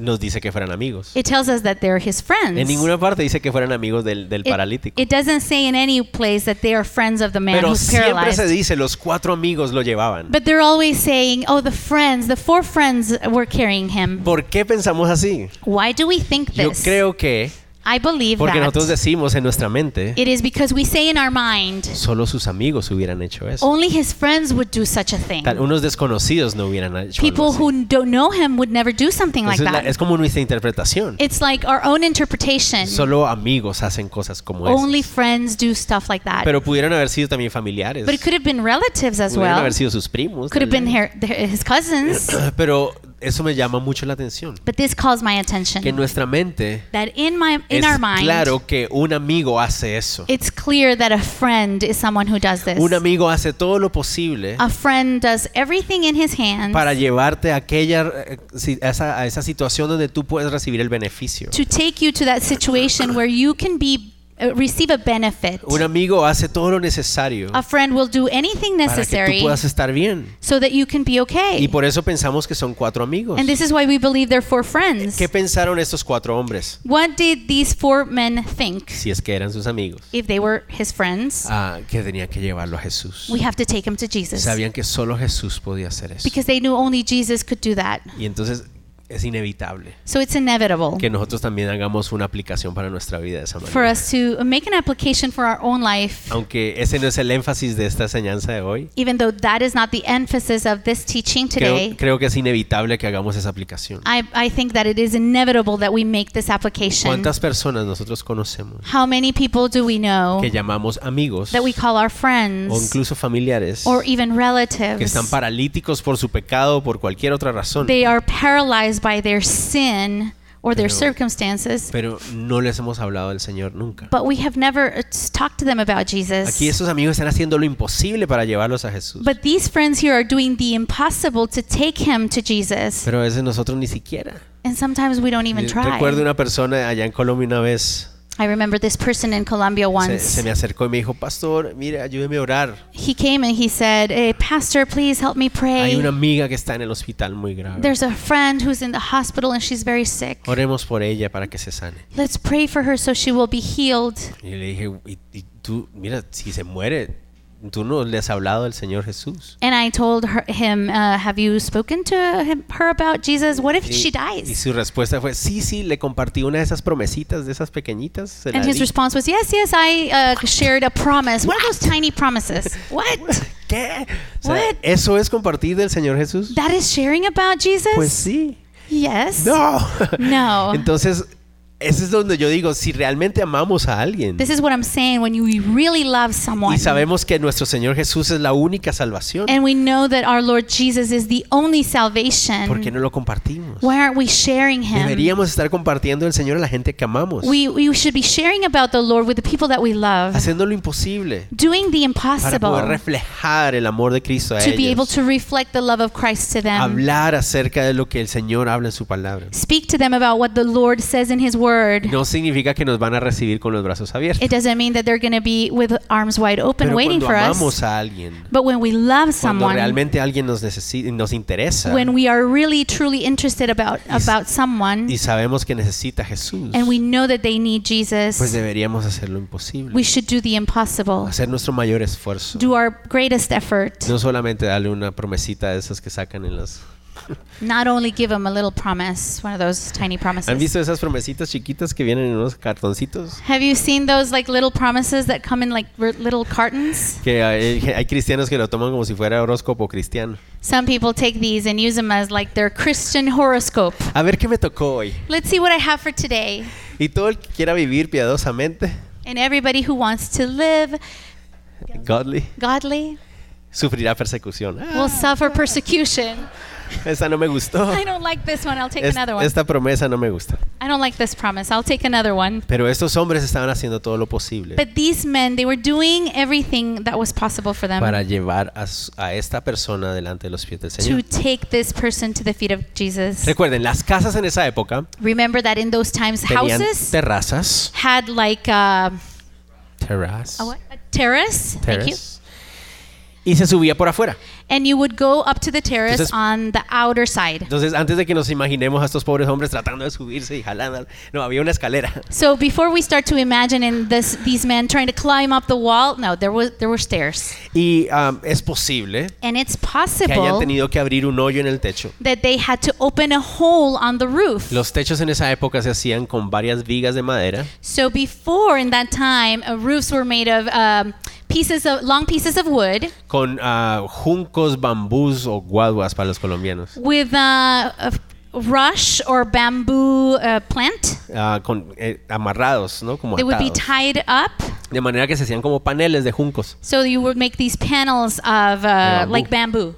nos dice que fueran amigos. It tells us that they're his friends. En ninguna parte dice que fueran amigos del, del It- paralítico. It, doesn't say in any place that they are friends of the man Pero who's siempre paralyzed. se dice, los cuatro amigos lo llevaban. But they're always saying, oh, the friends, the four friends were carrying him. ¿Por qué pensamos así? Why do we think Yo this? creo que I believe porque that. nosotros decimos en nuestra mente, It is because we say in our mind, solo sus amigos hubieran hecho eso. only his friends would do such a thing. Tal- unos desconocidos no hubieran hecho algo People así. who don't know him would never do something like Entonces, la- that. es como nuestra interpretación. It's like our own interpretation. Solo amigos hacen cosas como Only esas. friends do stuff like that. Pero pudieron haber sido también familiares. but it could have been relatives as Pudieron well. haber sido sus primos. Could have tal been vez. her, their, <coughs> his cousins. <clears throat> Pero eso me llama mucho la atención. but this calls my Que en attention. nuestra mente That in my in es our mind, claro que un amigo hace eso. it's clear that a friend is Ah, someone who does this. Un amigo hace todo lo posible a friend does everything in his hands para llevarte a, aquella, eh, si- a esa, a esa situación donde tú puedes recibir el beneficio. to take you to that situation where you can be uh, receive a benefit. Un amigo hace todo lo necesario a friend will do anything para que tú necessary puedas estar bien. so that you can be okay. Y por eso pensamos que son cuatro amigos. And this is why we believe they're four friends. ¿Qué pensaron estos cuatro hombres? What did these four men think Si es que eran sus amigos. if they were his friends? Ah, que tenían que llevarlo a Jesús. We have to take him to Jesus Sabían que solo Jesús podía hacer eso. because they knew only Jesus could do that. Y entonces es inevitable So it's inevitable que nosotros también hagamos una aplicación para nuestra vida de esa for manera. us to make an application for our own life, Aunque ese no es el énfasis de esta enseñanza de hoy, even though that is not the emphasis of this teaching creo, today. creo que es inevitable que hagamos esa aplicación. I, I think that it is inevitable that we make this application. ¿Cuántas personas nosotros conocemos How many people do we know que llamamos amigos Oh. that we call our o friends incluso familiares or even que relatives? están paralíticos por su pecado o por cualquier otra razón, They are paralyzed by their sin or their Pero- circumstances. pero no les hemos hablado del Señor nunca? But we have never uh, s- talked to them about Jesus. Aquí estos amigos están haciendo lo imposible para llevarlos a Jesús. Pues But these friends here are doing the impossible to take him to Jesus. Pero a veces nosotros ni siquiera. And sometimes we don't even Yo try. Recuerdo una persona allá en Colombia una vez. I remember this person in Colombia Se, once. se me acercó y me dijo, pastor, mire, ayúdeme a orar. He came and he said, hey, Pastor, please help me Hay una pray. amiga que está en el hospital muy grave. There's a friend who's in the hospital and she's very sick. Oremos por ella para que se sane. Let's pray for her so she will be healed. Y le dije, y, y tú, mira, si se muere, tú no le has hablado del Señor Jesús. And I told her, him, uh, Have you spoken to him, her about Jesus? What if Y, she y dies? su respuesta fue, sí, sí, le compartí una de esas promesitas, de esas pequeñitas. se la And his di". response was, Yes, yes, I uh, shared a promise. One of those <laughs> tiny promises. What? ¿Qué? O sea, What? ¿Eso es compartir del Señor Jesús? That is sharing about Jesus? Pues sí. yes. No. <laughs> No. Entonces, ese es donde yo digo, si realmente amamos a alguien This is what I'm saying when you really love someone y sabemos que nuestro Señor Jesús es la única salvación, and we know that our Lord Jesus is the only ¿por qué salvation, no lo compartimos? why aren't we sharing him? Deberíamos estar compartiendo el Señor a la gente que amamos, We, we should be sharing about the Lord with the people that we love, haciendo lo imposible doing the para poder impossible reflejar el amor de Cristo a to be able ellos, to reflect the love of Christ to them. hablar acerca de lo que el Señor habla en su palabra. Speak to them about what the Lord says in His Word. No significa que nos van a recibir con los brazos abiertos, It doesn't mean that they're going to be with arms wide open pero waiting cuando for amamos us. a alguien, But when we love cuando someone, realmente alguien nos necesi- nos interesa, when we are really truly interested about s- about someone y sabemos que necesita a Jesús, and we know that they need pues Jesus, deberíamos hacer lo imposible, we should do the impossible. hacer nuestro mayor esfuerzo, Do our greatest effort. no solamente darle una promesita de esas que sacan en <laughs> las... Not only give them a little promise, one of those tiny ¿Han promises. visto esas promesitas chiquitas que vienen en unos cartoncitos? Have you seen those like little promises that come in like r- little cartons? Que hay, que hay cristianos que lo toman como si fuera horóscopo cristiano. Some people take these and use them as like their Christian horoscope. A ver qué me tocó hoy. Let's see what I have for today. Y todo el que quiera vivir piadosamente, And everybody who wants to live godly, godly sufrirá persecución. Ah, will suffer <laughs> persecution. esta no me gustó. I don't like this one. I'll take Es- another one. esta promesa no me gusta. I don't like this promise. I'll take another one. Pero estos hombres estaban haciendo todo lo posible But these men, they were doing everything that was possible for them para llevar a, su- a esta persona delante de los pies del to Señor. take this person to the feet of Jesus. Recuerden, las casas en esa época Remember that in those times, tenían houses terrazas. had like uh, a, Terraz. a, what? a terrace. Ah, Thank you. terrace. y se subía por afuera. and you would go up to the terrace Entonces- on the outer side. Entonces, antes de que nos imaginemos a estos pobres hombres tratando de subirse y jalando, no, había una escalera. So before we start to imagine in this, these men trying to climb up the wall, no, there was there were stairs, Y um, es posible and it's que hayan possible tenido que abrir un hoyo en el techo. that they had to open a hole on the roof. Los techos en esa época se hacían con varias vigas de madera So before in that time, uh, roofs were made of um, pieces of long pieces of wood con ah, juncos, bambús o guaduas para los colombianos, with uh, a f- rush or bamboo uh, plant. Ah, con eh, amarrados, ¿no? Como They would be atados. tied up. de manera que se hacían como paneles de juncos. So you would make these panels of uh, bamboo. like bamboo.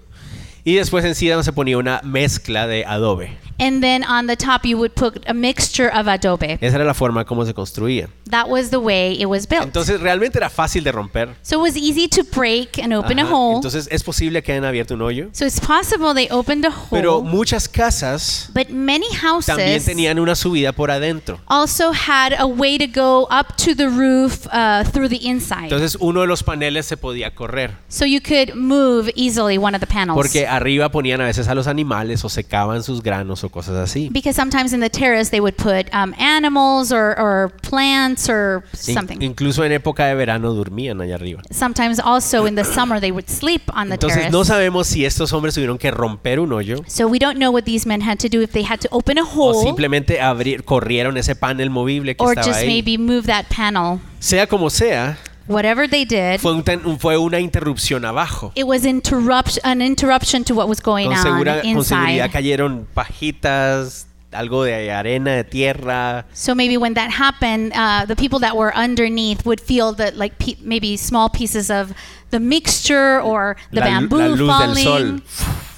Y después encima se ponía una mezcla de adobe. And then on the top, you would put a mixture of adobe. Esa era la forma como se construía. That was the way it was built. Entonces realmente era fácil de romper. so it was easy to break and open a Ajá. hole. Entonces es posible que hayan abierto un hoyo. so it's possible they opened a hole. Pero muchas casas but many también houses tenían una subida por adentro. also had a way to go up to the roof uh, through the inside. Entonces uno de los paneles se podía correr. so you could move easily one of the panels. Porque arriba ponían a veces a los animales o secaban sus granos o cosas así. because sometimes in the terrace they would put um, animals or, or plants or In- something. incluso en época de verano dormían allá arriba. sometimes also <coughs> in the summer they would sleep on the Entonces terrace. no sabemos si estos hombres tuvieron que romper un hoyo so we don't know what these men had to do if they had to open a o hole simplemente abrir, corrieron ese panel movible que or estaba just ahí. maybe move that panel. Sea como sea, Whatever they did, fue, un tan- un- fue una interrupción abajo. it was interrupt an interruption to what was going Con, on segura- con seguridad inside. cayeron pajitas, algo de arena, de tierra. So maybe when that happened, uh, the people that were underneath would feel that like pe- maybe small pieces of the mixture or the La lu- bamboo la luz del falling sol.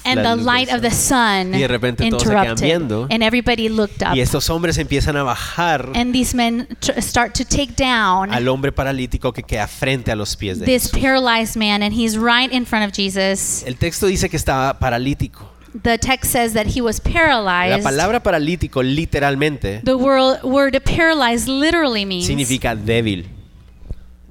and La the luz del light of the sun Y de repente todos se quedan viendo. interrupted, and everybody looked up, Y estos hombres empiezan a bajar and these men tr- start to take down al hombre paralítico que queda frente a los pies de this Jesús. paralyzed man, and he's right in front of Jesus. El texto dice que estaba paralítico. The text says that he was La paralyzed. palabra paralítico literalmente The word, word paralyzed literally means significa débil.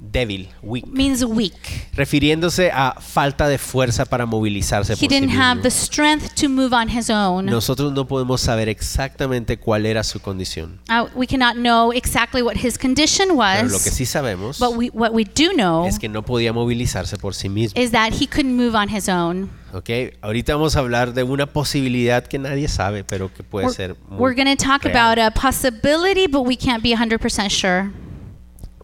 Débil, weak. means weak. Refiriéndose a falta de fuerza para movilizarse He por sí didn't have the mismo. strength to move on his own. Nosotros no podemos saber exactamente cuál era su condición. Uh, we cannot know exactly what his condition Pero lo was, que sí sabemos but we, what we do know es que no podía movilizarse por sí mismo. is that he couldn't move on his own. ¿ok? Ahorita vamos a hablar de una posibilidad que nadie sabe, pero que puede We're, ser muy going to talk real, about a possibility, but we can't be 100% sure.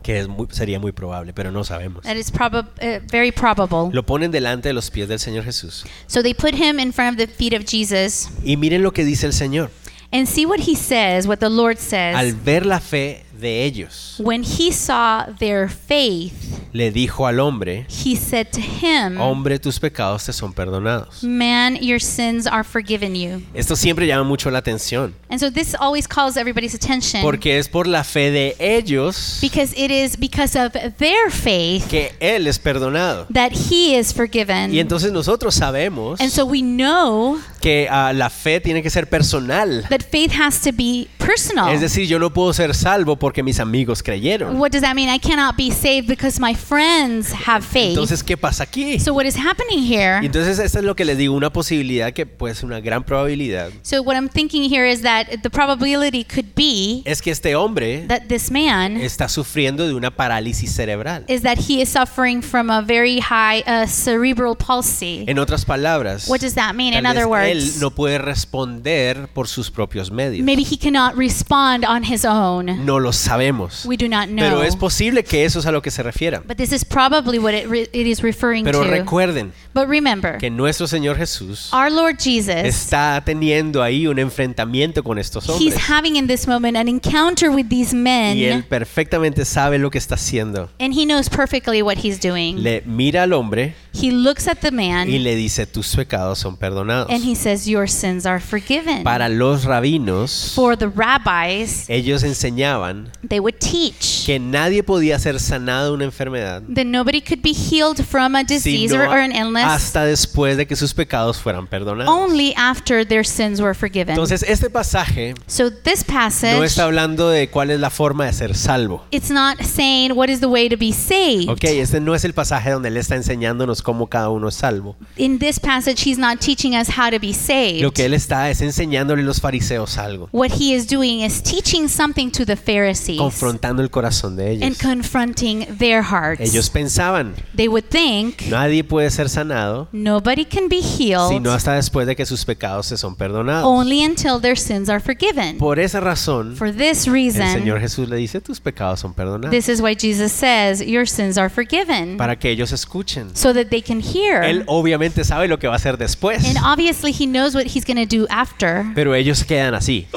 que es muy- sería muy probable, pero no sabemos. That is prob- uh, very probable. Lo ponen delante de los pies del Señor Jesús. So they put him in front of the feet of Jesus Y miren lo que dice el Señor. and see what he says, what the Lord Al says. ver la fe de ellos, When he saw their faith, le dijo al hombre, he said to him, hombre, tus pecados te son perdonados. Man, your sins are forgiven you. Esto siempre llama mucho la atención, And so this always calls everybody's attention porque es por la fe de ellos because it is because of their faith que Él es perdonado. that he is forgiven. Y entonces nosotros sabemos and so we know que ah, la fe tiene que ser personal. that faith has to be personal. Es decir, yo no puedo ser salvo porque mis amigos creyeron. what does that mean? I cannot be saved because my friends have faith. Entonces, ¿qué pasa aquí? so what is happening here? Y entonces, esto es lo que les digo, una posibilidad que puede ser una gran probabilidad, so what I'm thinking here is that the probability could be es que este hombre that this man está sufriendo de una parálisis cerebral. is that he is suffering from a very high uh, cerebral palsy. En otras palabras, What does that mean? tal In other vez words, él no puede responder por sus propios medios. maybe he cannot respond on his own. No lo sabemos. We do not Pero know. es posible que eso es a lo que se refiera. But this is probably what it, re- it is referring Pero to. recuerden But remember, que nuestro Señor Jesús our Lord Jesus, está teniendo ahí un enfrentamiento con estos he's hombres. having in this moment an encounter with these men, Y él perfectamente sabe lo que está haciendo. and he knows perfectly what he's doing. Le mira al hombre he looks at the y man, le dice, tus pecados son perdonados. and he says, Your sins are forgiven. Para los rabinos, For the rabbis, ellos enseñaban they would teach que nadie podía ser sanado de una enfermedad that nobody could be healed from a disease sino or, or an illness hasta después de que sus pecados fueran perdonados. only after their sins were forgiven. Entonces, este pasaje so this no passage, está hablando de cuál es la forma de ser salvo. it's not saying what is the way to be saved. Ok, este no es el pasaje donde él está enseñándonos cómo cada uno es salvo. In this passage, he's not teaching us how to be Lo saved. que él está es enseñándole a los fariseos algo, What he is doing is teaching something to the Pharisees confrontando el corazón de ellos. and confronting their Ellos hearts. pensaban, They would think nadie puede ser sanado nobody can be sino healed hasta después de que sus pecados se son perdonados. only until their sins are forgiven. Por esa razón, For this el Señor reason, Jesús le dice, tus pecados son perdonados, this is why Jesus says, Your sins are forgiven, Ah. para que ellos escuchen. so that they can hear. Él obviamente sabe lo que va a hacer después, And obviously, he knows what he's going to do after, pero ellos quedan <gasps> así.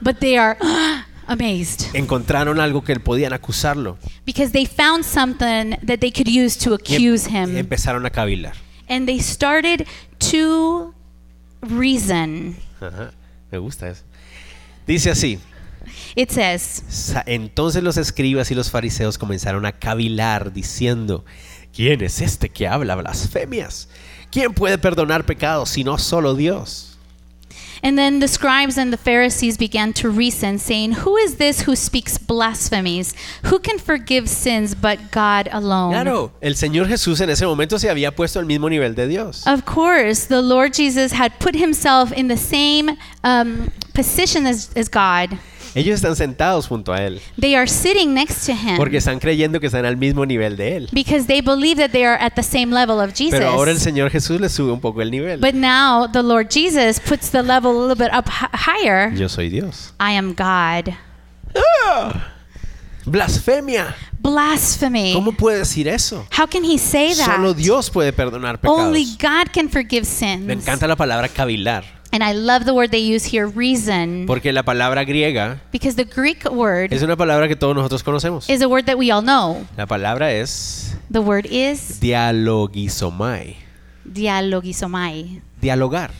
but they are <gasps> amazed Encontraron algo que podían acusarlo because they found something that they could use to y em- accuse y him. empezaron a cavilar. And they started to reason. Ajá, me gusta eso. Dice así, It says, Sa- Entonces los escribas y los fariseos comenzaron a cavilar diciendo, ¿quién es este que habla blasfemias? ¿Quién puede perdonar pecados si no solo Dios? And then the scribes and the Pharisees began to reason, saying, Who is this who speaks blasphemies? Who can forgive sins but God alone? Claro, el Señor Jesús en ese momento se había puesto al mismo nivel de Dios. Of course, the Lord Jesus had put himself in the same um, position as, as God. Ellos están sentados junto a Él They are sitting next to him porque están creyendo que están al mismo nivel de Él. because they believe that they are at the same level of Jesus. Pero ahora el Señor Jesús les sube un poco el nivel. but now the Lord Jesus puts the level a little bit up hi- higher. Yo soy Dios. I am God. Blasfemia. Blasphemy. ¿Cómo puede decir eso? How can he say that? Solo Dios puede perdonar Only pecados. God can forgive sins. Me encanta la palabra cavilar. And I love the word they use here, reason, Porque la palabra griega because the Greek word es una palabra que todos nosotros conocemos. is a word that we all know. La palabra es The word is dialogizomai. dialogizomai, Dialogar.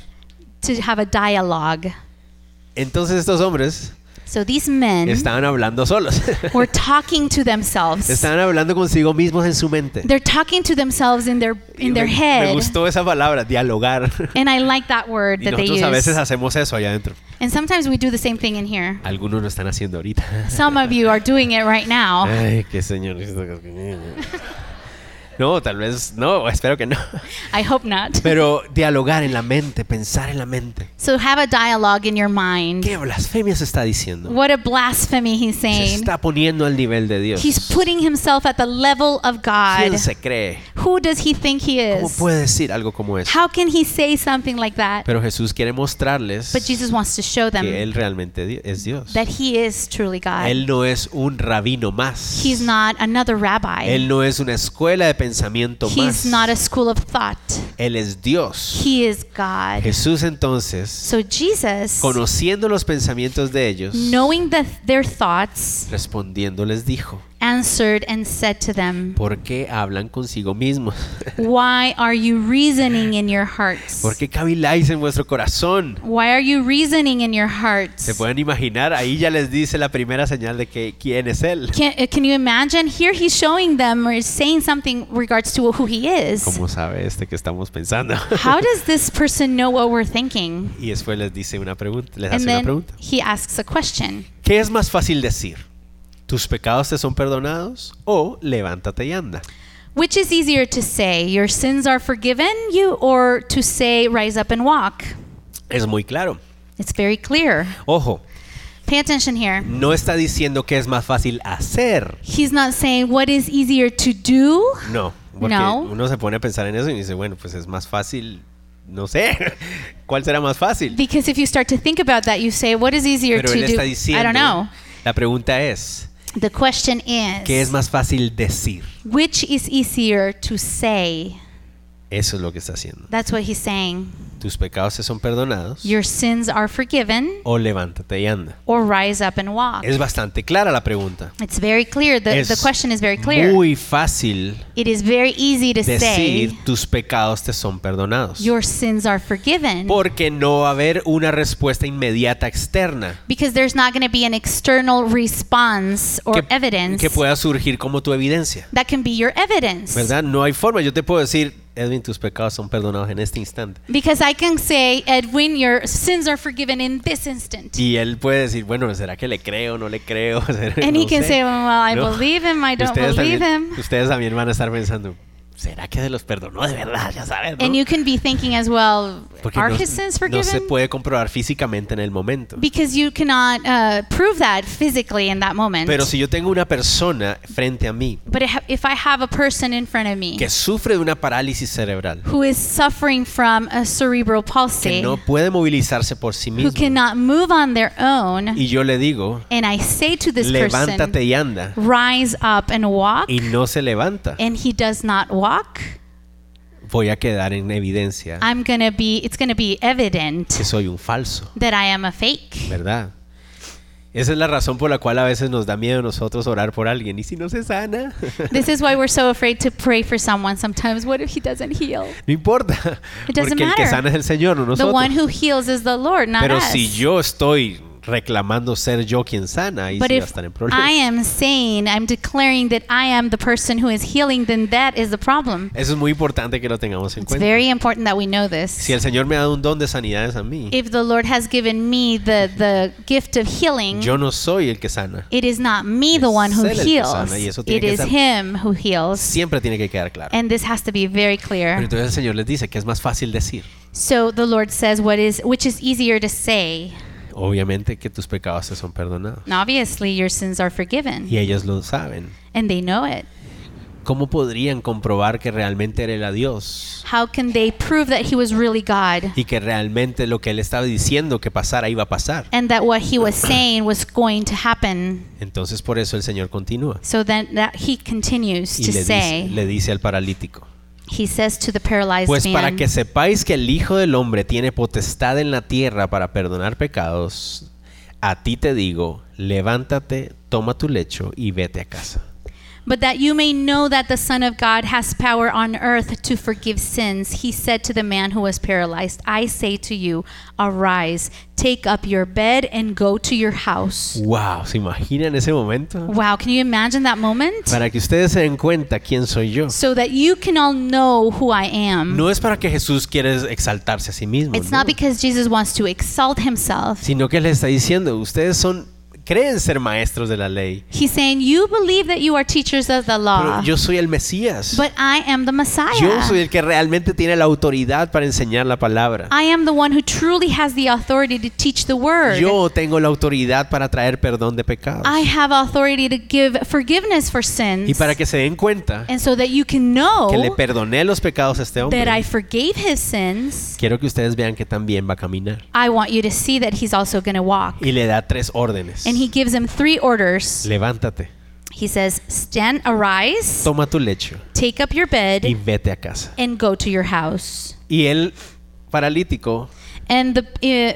to have a dialogue. Entonces estos hombres So these men estaban hablando solos. <laughs> <laughs> were talking to themselves. estaban hablando consigo mismos en su mente. They're talking to themselves in their Y in their me, me head. gustó esa palabra, <laughs> dialogar. And I like that word Y that they nosotros a veces use. hacemos eso allá adentro. And sometimes we do the same thing in here. Algunos lo están haciendo <laughs> ahorita. Some of you are doing it <laughs> right now. Ay, qué señor. No, tal vez no, espero que no. I hope not. Pero dialogar en la mente, pensar en la mente. So have a dialogue in your mind. ¿Qué blasfemia se está diciendo? What a blasphemy he's se saying. está poniendo al nivel de Dios. He's putting himself at the level of God. ¿Quién se cree? Who does he think he ¿Cómo is? puede decir algo como eso? How can he say something like that? Pero Jesús quiere mostrarles But Jesus wants to show que them Él realmente di- es Dios. that he is truly God. Él no es un rabino más. He's not another rabbi. Él no es una escuela de pensamiento He's más. not a school of thought. Él es Dios. He is God. Jesús entonces, So Jesus, conociendo los pensamientos de ellos, knowing the, their thoughts, respondiendo les dijo, answered and said to them, ¿por qué hablan consigo <laughs> mismos? Why are you reasoning in your hearts? ¿Por qué caviláis en vuestro corazón? Why are you reasoning in your hearts? Se pueden imaginar, ahí ya les dice la primera señal de que quién es Él. Can, uh, can you imagine? Here he's showing them or is saying something regards to who he is. ¿Cómo sabe este que estamos pensando? How does this person know what we're thinking? <laughs> y después les dice una pregunta, les <laughs> And hace una then pregunta. he asks a question. ¿Qué es más fácil decir? ¿Tus pecados te son perdonados o levántate y anda? Which is easier to say, your sins are forgiven you, or to say, rise up and walk? Es muy claro. It's very clear. Ojo, Pay attention here. no está diciendo que es más fácil hacer. He's not saying what is easier to do. No, porque No. uno se pone a pensar en eso y dice, bueno, pues es más fácil, no sé, <laughs> ¿cuál será más fácil? Because if you start to think about that, you say, what is easier Pero él to do? está I don't know. diciendo, la pregunta es, The question is, ¿qué es más fácil decir? which is easier to say? Eso es lo que está haciendo. That's what he's saying. ¿Tus pecados te son perdonados Your sins are forgiven o levántate y anda? or rise up and walk. Es bastante clara la pregunta. It's very clear. Ah. The, Es the question is very clear. Muy fácil it is very easy to decir say tus pecados te son perdonados. your sins are forgiven Porque no va a haber una respuesta inmediata externa because there's not going to be an external response or que, evidence que pueda surgir como tu evidencia. that can be your evidence. ¿Verdad? No hay forma. Yo te puedo decir, Edwin, tus pecados son perdonados en este instante. Because I can say, Edwin, your sins are forgiven in this instant. Y él puede decir, bueno, ¿será que le creo? ¿No le creo? <laughs> And he No can sé. say, well, I No. believe him, I don't ustedes believe también, him. Ustedes también van a estar pensando, ¿será que se los perdonó de verdad? Ya sabes, ¿no? And you can be thinking as well, Porque are no, his sins no forgiven? se puede comprobar físicamente en el momento. Because you cannot uh, prove that physically in that moment. Pero si yo tengo una persona frente a mí but if- if I have a person in front of me que sufre de una parálisis cerebral, who is suffering from a cerebral que palsy, no puede movilizarse por sí who mismo, cannot move on their own, y yo le digo, and I say to this levántate person, y anda, rise up and walk, y no se levanta, and he does not walk, voy a quedar en evidencia I'm gonna be, it's gonna be evident que soy un falso, that I am a fake. <laughs> ¿verdad? Esa es la razón por la cual a veces nos da miedo a nosotros orar por alguien. ¿Y si no se sana? <laughs> This is why we're so afraid to pray for someone sometimes. What if he doesn't heal? No importa. It Porque doesn't el que matter. sana es el Señor, no The one nosotros. who heals is the Lord, not Pero us. si yo estoy reclamando ser yo quien sana, ahí But sí va a if estar en I problemas. am saying, I'm declaring that I am the person who is healing, then that is the problem. Eso es muy importante que lo tengamos en It's cuenta. very important that we know this. Si el Señor me ha dado un don de sanidades a mí, if the Lord has given me the, the gift of healing, yo no soy el que sana. it is not me the Es one who él el que heals. sana, y eso tiene It que is estar- Him who heals. Siempre tiene que quedar claro. And this has to be very Pero clear. entonces el Señor les dice que es más fácil decir. So the Lord says what is which is easier to say. Obviamente que tus pecados te son perdonados. And obviously your sins are forgiven. Y ellos lo saben. And they know it. ¿Cómo podrían comprobar que realmente él era Dios? How can they prove that he was really God? Y que realmente lo que él estaba diciendo que pasara iba a pasar. and that what he was saying was going to happen. Entonces por eso el Señor continúa. So then that he continues Y to le dice, say, le dice al paralítico. he says to the paralyzed Pues para man, que sepáis que el Hijo del Hombre tiene potestad en la tierra para perdonar pecados, a ti te digo, levántate, toma tu lecho y vete a casa. but that you may know that the Son of God has power on earth to forgive sins, he said to the man who was paralyzed, I say to you, arise, take up your bed and go to your house. Wow, ¿se imaginan ese momento? Wow, can you imagine that moment? Para que ustedes se den cuenta quién soy yo. So that you can all know who I am. No es para que Jesús quiera exaltarse a sí mismo, It's no, not because Jesus wants to exalt himself. sino que les está diciendo, ustedes son creen ser maestros de la ley, He's saying, You believe that you are teachers of the pero law. yo soy el Mesías. Ah. But I am the Messiah. Yo soy el que realmente tiene la autoridad para enseñar la palabra. I am the one who truly has the authority to teach the word. Yo tengo la autoridad para traer perdón de pecados. I have authority to give forgiveness for sins. Y para que se den cuenta and so that you can que le know perdoné los pecados a este that I hombre, forgave his sins, quiero que ustedes vean que también va a caminar. I want you to see that he's also going to walk. Y le da tres órdenes. And he gives him three orders. Levántate, He says, Stand, arise, toma tu lecho take up your y bed, vete a casa. and go to your house. Y el paralítico And the,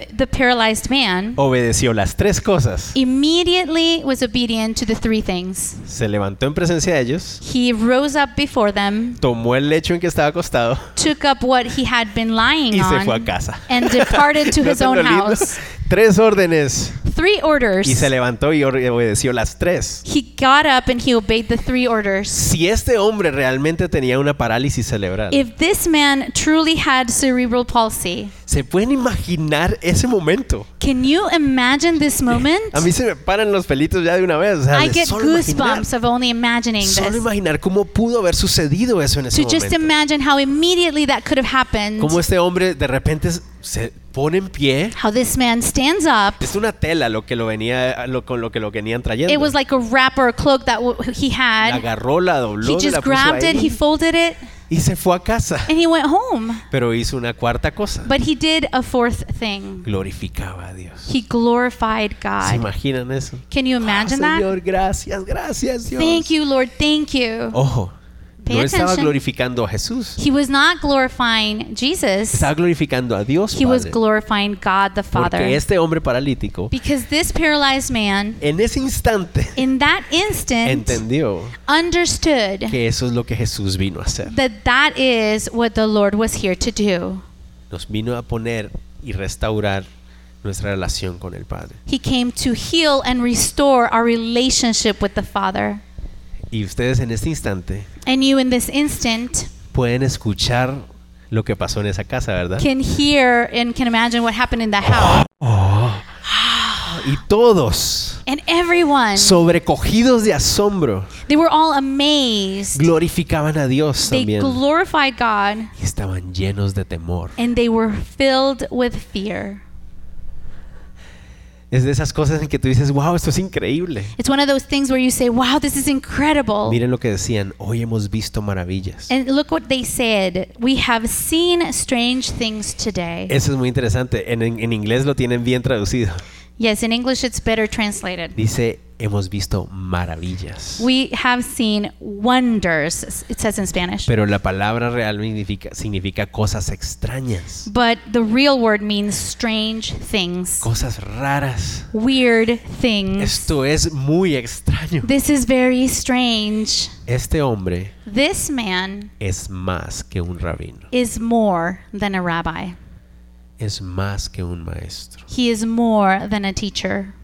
uh, the paralyzed man Oh. obedeció las tres cosas. immediately was obedient to the three things. Se levantó en presencia de ellos, He rose up before them. tomó el lecho en que estaba acostado took up what he had been lying y se on fue a casa. and departed to <laughs> ¿No his tan own lo lindo? house. Tres órdenes. Three Y orders. se levantó y or- obedeció las tres. He got up and he obeyed the three orders. Si este hombre realmente tenía una parálisis cerebral, If this man truly had cerebral palsy, ¿se pueden imaginar ese momento? can you imagine this moment? A mí se me paran los pelitos ya de una vez. o sea, I de get solo imaginar, goosebumps of only imagining solo this. imaginar cómo pudo haber sucedido eso en ese To just momento. imagine how immediately that could have happened. Cómo este hombre de repente se pone en pie. How this man stands up. Es una tela lo que lo venía, lo, con lo que lo venían trayendo. It was like a wrap or a cloak that w- he la had. agarró, la dobló, He la just puso grabbed it, ahí he folded it, y se fue a casa. and he went home. Pero hizo una cuarta cosa. But he did a fourth thing. Glorificaba a Dios. He glorified ¿Se God. imaginan eso? Can you imagine Ah, that? Señor, gracias, gracias Dios. Oh. Thank you, Lord. Thank you. Ojo, Pay no estaba attention. glorificando a Jesús. He was not glorifying Jesus. Estaba glorificando a Dios He was Padre. glorifying God the Porque Father. este hombre paralítico Because this paralyzed man, en ese instante in that instant, entendió understood que eso es lo que Jesús vino a hacer. that that is what the Lord was here to do. Nos vino a poner y restaurar nuestra relación con el Padre. He came to heal and restore our relationship with the Father. Y ustedes en este instante And you, in this instant, pueden escuchar lo que pasó en esa casa, ¿verdad? can hear and can imagine what happened in the house. Y todos And everyone, sobrecogidos de asombro, they were all amazed. glorificaban a Dios They también glorified God y estaban llenos de temor. and they were filled with fear. Es de esas cosas en que tú dices, wow, esto es increíble. It's one of those things where you say, wow, this is incredible. Miren lo que decían, hoy hemos visto maravillas. Oh. And look what they said. We have seen strange things today. Eso es muy interesante, en, en- en inglés lo tienen bien traducido. Yes, in English it's better translated. Dice, hemos visto maravillas. We have seen wonders, it says in Spanish. Pero la palabra real significa, significa cosas extrañas, But the real word means strange things, cosas raras. weird things. Esto es muy extraño. This is very strange. Este hombre This man es más que un rabino, is more than a rabbi, es más que un maestro. he is more than a teacher.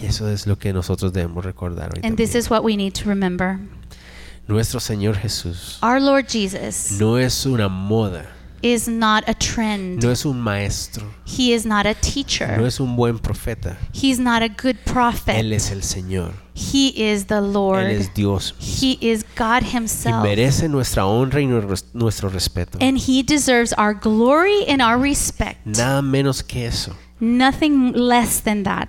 Y eso es lo que nosotros debemos recordar hoy. And this también. is what we need to remember. Nuestro Señor Jesús Our Lord Jesus no es una moda, is not a trend. no es un maestro, He is not a no teacher. es un buen profeta. He's not a good Él prophet. es el Señor, He is the Él Lord. es Dios He is God y Himself. merece nuestra honra y nuestro nuestro respeto. And He deserves our glory and our respect. Nada menos que eso. Nothing less than that.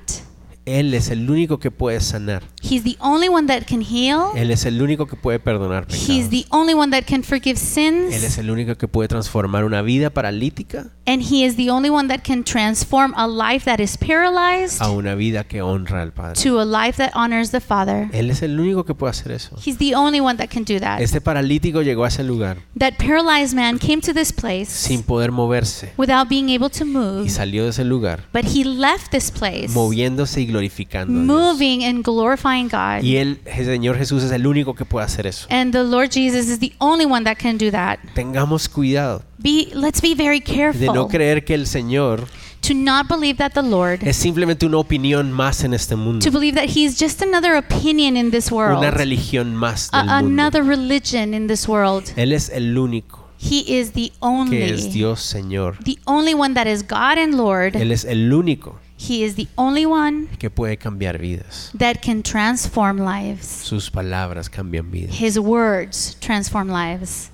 Él es el único que puede sanar. He's the only one that can heal. Él es el único que puede perdonar He's pecados. the only one that can Él forgive sins. es el único que puede transformar una vida paralítica And He is the only one that can transform a life that is paralyzed a una vida que honra al Padre. to a life that honors the Father. Él es el único que puede hacer eso. He's the only one that can do that. Este paralítico llegó a ese lugar That paralyzed man came to this place sin poder moverse without being able to y move, salió de ese lugar but he left this place moviéndose y glorificando. a Dios. moving and glorifying God. Y él, el Señor Jesús, es el único que puede hacer eso. And the Lord Jesus is the only one that can do that. Tengamos cuidado Be let's be very de no careful creer que el Señor to not believe that the Lord es simplemente una opinión más en este mundo, to believe that he's just another opinion in this world. una religión más a- del mundo. another religion in this world. Él es el único He is que the es only Dios Señor. the only one that is God and Lord. Él es el único He is the only one que puede cambiar vidas. that can transform lives. Sus palabras cambian vidas. His words transform lives.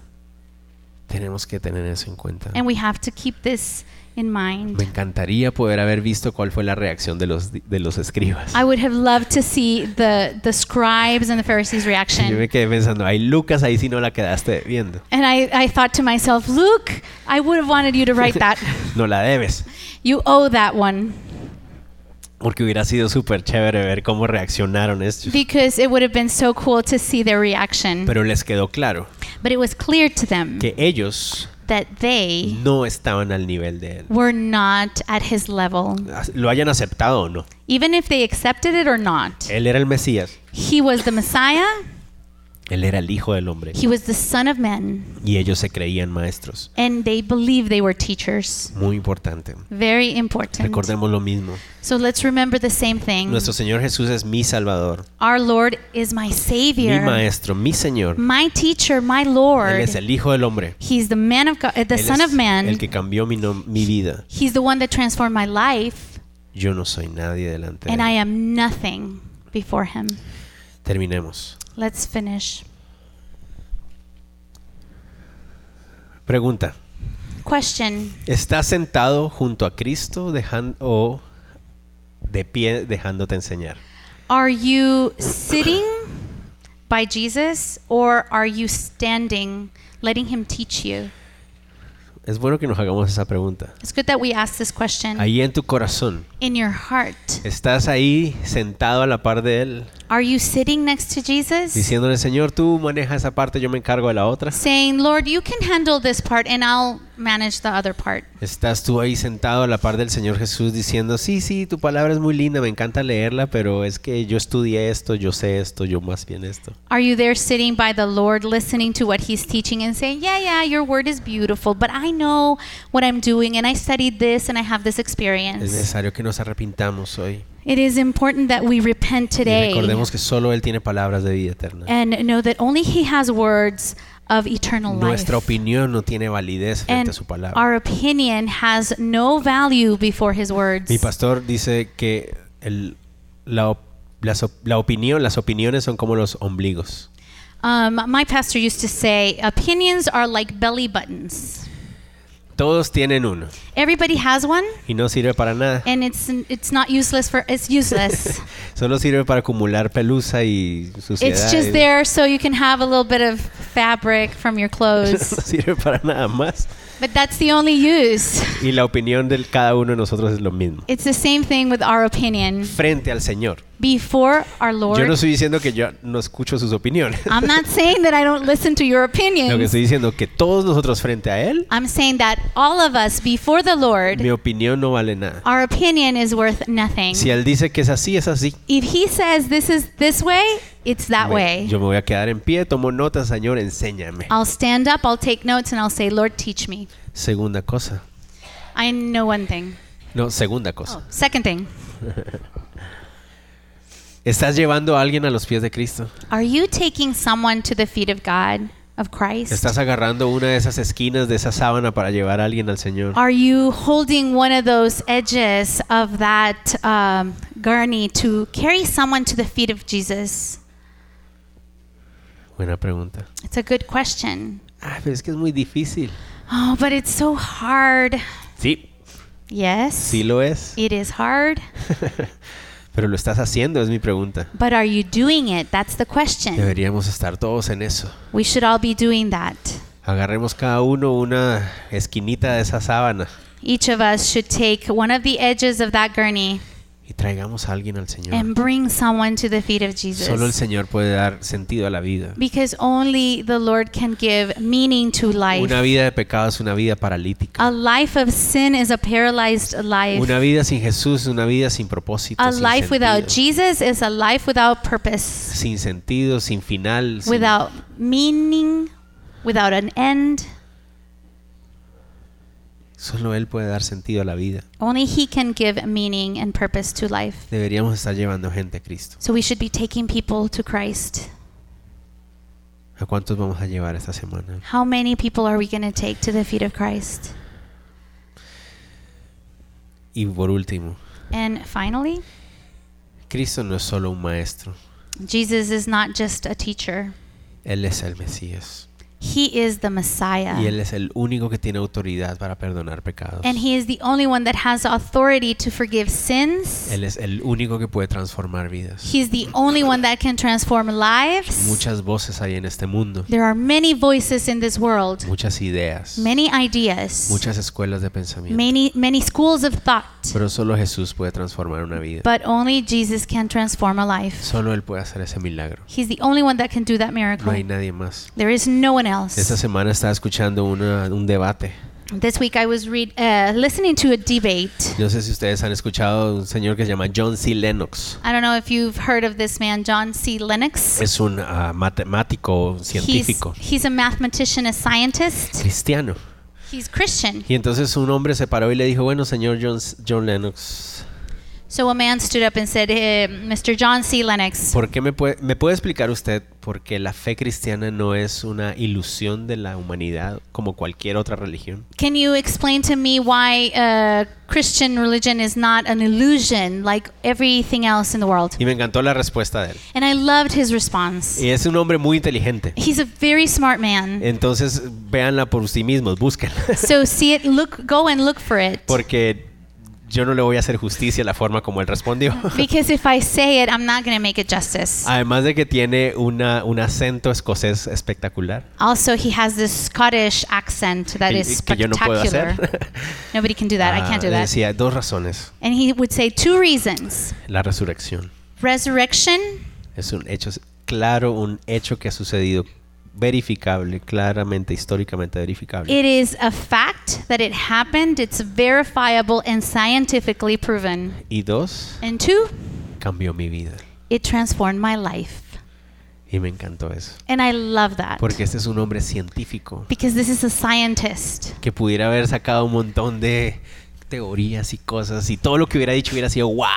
Tenemos que tener eso en cuenta. And we have to keep this in Me mind. encantaría poder haber visto cuál fue la reacción de los, de los escribas. <laughs> I would have loved to see the, the scribes and the Pharisees' Y Yo me reaction. quedé pensando, ay Lucas, ahí sí no la quedaste viendo. And I, I thought to myself, Luke, I would have wanted you to write that. <laughs> No la debes. You owe that one Porque hubiera sido súper chévere ver cómo reaccionaron estos. because it would have been so cool to see their reaction. Pero les quedó claro But it was clear to them que ellos that they no estaban al nivel de él. were not at his level, Lo hayan aceptado o no. even if they accepted it or not. Él era el Mesías. He was the Messiah, Él era el Hijo del Hombre. he was the Son of Man, Y ellos se creían maestros. and they believed they were teachers. Muy importante. Very important. Recordemos lo mismo. So let's remember the same thing. Nuestro Señor Jesús es mi Salvador, Our Lord is my mi Savior, Maestro, mi Señor. my teacher, my Él Lord. es el Hijo del Hombre. He's the man of God, uh, the Él Son es of Man. el que cambió mi, nom- mi vida. He's the one that transformed my life, Yo no soy nadie delante de and I él. am nothing before Him. Terminemos. Let's finish. Pregunta. Question: ¿Estás sentado junto a Cristo dejan- o de pie dejándote enseñar? Are you sitting by Jesus, or are you standing, letting Him teach you? Es bueno que nos hagamos esa pregunta. It's good that we ask this question. Ahí en tu corazón, In your heart, ¿estás ahí sentado a la par de Él, are you sitting next to Jesus? diciéndole, Señor, tú manejas esa parte, yo me encargo de la otra? saying, Lord, you can handle this part and I'll manage the other part. ¿Estás tú ahí sentado a la par del Señor Jesús diciendo, sí, sí, tu palabra es muy linda, me encanta leerla, pero es que yo estudié esto, yo sé esto, yo más bien esto? Are you there sitting by the Lord, listening to what He's teaching and saying, Yeah, yeah, your word is beautiful, but I know what I'm doing and I studied this and I have Es this experience? necesario que nos arrepintamos hoy It is important that we repent y today recordemos que solo Él tiene palabras de vida eterna. and know that only He has words of eternal life. Nuestra opinión no tiene validez frente a And su palabra. our opinion has no value before His words. Mi pastor dice que el la op- las op- la opinión, las opiniones son como los ombligos. Um, my pastor used to say, opinions are like belly buttons. Todos tienen uno Everybody has one, y no sirve para nada. and it's it's not useless for <laughs> it's useless. Solo sirve para acumular pelusa y suciedad. it's just there so you can have a little bit of fabric from your No <laughs> clothes, sirve para nada más. but that's the only use. Y la opinión de cada uno de nosotros es lo mismo. It's the same thing with our opinion Frente al Señor. before our Lord. Yo no estoy diciendo que yo no escucho sus opiniones. I'm not saying that I don't listen to <laughs> your Lo que opinions. estoy diciendo que todos nosotros frente a Él, I'm saying that all of us before the Lord, mi opinión no vale nada. our opinion is worth nothing. Si Él dice que es así, es así. If He says this is this way, it's that Me- way. yo me voy a quedar en pie, tomo notas, Señor, enséñame. I'll stand up, I'll take notes, and I'll say, Lord, teach me. Segunda cosa. I know one thing. No, segunda cosa. Oh, second thing. ¿Estás llevando a alguien a los pies de Cristo? Are you taking someone to the feet of God, of Christ? ¿Estás agarrando una de esas esquinas de esa sábana para llevar a alguien al Señor? Are you holding one of those edges of that um, gurney to carry someone to the feet of Jesus? Buena pregunta. It's a good question. Ah, pero es que es muy difícil. Oh, but it's so hard. Sí, Yes, sí lo es. it is hard. <laughs> pero lo estás haciendo, es mi pregunta. But are you doing it? That's the question. Deberíamos estar todos en eso. We should all be doing that. Agarremos cada uno una esquinita de esa sábana Each of us should take one of the edges of that gurney y traigamos a alguien al Señor. and bring someone to the feet of Solo el Jesus. Señor puede dar sentido a la vida. Because only the Lord can give meaning to Una life. vida de pecado es una vida paralítica. A life of sin is a paralyzed Una life. vida sin Jesús, una vida sin propósito, A sin, life without sentido, Jesus is a life without purpose, sin sentido, sin final. sin- without meaning, without an end. Solo Él puede dar sentido a la vida. Only He can give meaning and purpose to life. Deberíamos estar llevando gente a Cristo. So we should be taking people to Christ. ¿A cuántos vamos a llevar esta semana? How many people are we going to take to the feet of Christ? Y por último, And finally, Cristo no es solo un maestro, Jesus is not just a teacher, Él es el Mesías. He is the Messiah. Y Él es el único que tiene autoridad para perdonar pecados. Ah. And he is the only one that has authority to forgive sins. Él es el único que puede transformar vidas. He's the only one that can transform lives. Muchas voces hay en este mundo, There are many voices in this world, muchas ideas, many ideas, muchas escuelas de pensamiento. many many schools of thought. Pero solo Jesús puede transformar una vida. But only Jesus can transform a life. Solo Él puede hacer ese milagro. He's the only one that can do that No hay miracle. nadie más. There is no one Esta else. semana estaba escuchando una- un debate. This week I was read, uh, listening to a debate. No sé si ustedes han escuchado un señor que se llama John C. Lennox. I don't know if you've heard of this man, John C. Lennox. Es un ah, matemático, He's, científico, he's a mathematician, a scientist. cristiano. He's Christian. Y entonces un hombre se paró y le dijo, bueno, señor John, John Lennox, So a man stood up and said, eh, Mr. John C. Lennox, ¿por qué me puede, me puede explicar usted por qué la fe cristiana no es una ilusión de la humanidad como cualquier otra religión? can you explain to me why uh, Christian religion is not an illusion like everything else in the world? Y me encantó la respuesta de él. And I loved his response. Y es un hombre muy inteligente. He's a very smart man. Entonces, véanla por sí mismos, búsquenla. <laughs> So see it, look, go and look for it. Porque yo no le voy a hacer justicia a la forma como él respondió. <laughs> Because if I say it, I'm not going to make it justice. <laughs> Además de que tiene una, un acento escocés espectacular. Also, he has this Scottish accent that que- is que yo no puedo spectacular. hacer. Nobody can do that. I Ah, can't do le that. Decía dos razones. And he would say two reasons La resurrección resurrection es un hecho es claro, un hecho que ha sucedido verificable, claramente, históricamente verificable. It is a fact that it happened. It's verifiable and scientifically proven. y dos, And two, cambió mi vida. it transformed my life. Y me encantó eso. And I love that. Porque este es un hombre científico Because this is a scientist. que pudiera haber sacado un montón de teorías y cosas y todo lo que hubiera dicho hubiera sido wow.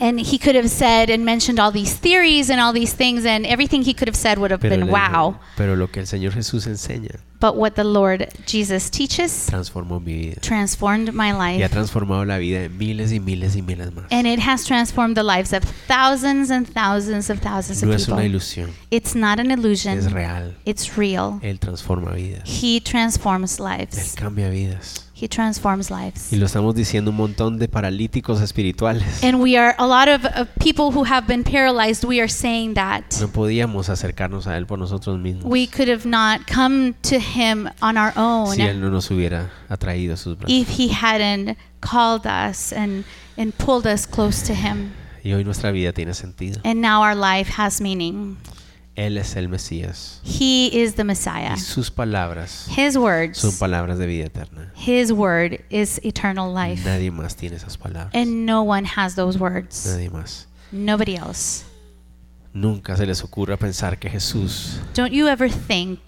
And he could have said and mentioned all these theories and all these things, and everything he could have said would have Pero, le been dijo, wow. pero lo que el Señor Jesús enseña But what the Lord Jesus teaches transformó mi vida. transformed my Y ha life. transformado la vida de miles y miles y miles más. And it has transformed the lives of thousands and thousands of thousands No of es una people. ilusión, It's not an es illusion, real. it's real. Él transforma vidas. He transforms Él lives. cambia vidas. He transforms lives. Y lo estamos diciendo un montón de paralíticos espirituales. And we are a lot of uh, people who have been paralyzed. We are saying that No podíamos acercarnos a Él por nosotros mismos we could have not come to Him on our own si Él no nos hubiera atraído a sus brazos. if He hadn't called us and and pulled us close to Him. Y hoy nuestra vida tiene sentido. And now our life has meaning. Él es el Mesías. He is the Messiah. Y sus palabras His son words. palabras de vida eterna. His word is eternal life. Nadie más tiene esas palabras. And no one has those words. Nadie más. Nobody else. Nunca se les ocurra pensar que Jesús Don't you ever think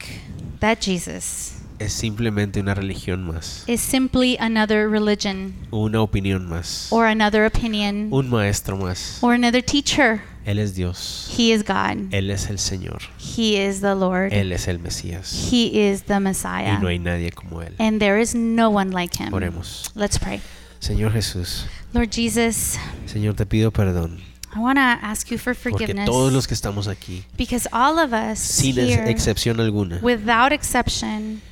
that Jesus es simplemente una religión más, is simply another religion una opinión más, or another opinion un maestro más. or another teacher. Él es Dios. He is God. Él es el Señor. He is the Lord. Él es el Mesías. He is the Y no Messiah. hay nadie como Él. And there is no one like him. Oremos. Let's pray. Señor Jesús, Lord Jesus, Señor, te pido perdón. I want to ask you for Porque todos forgiveness los que estamos aquí, because all of us sin ex- here, excepción alguna, without exception,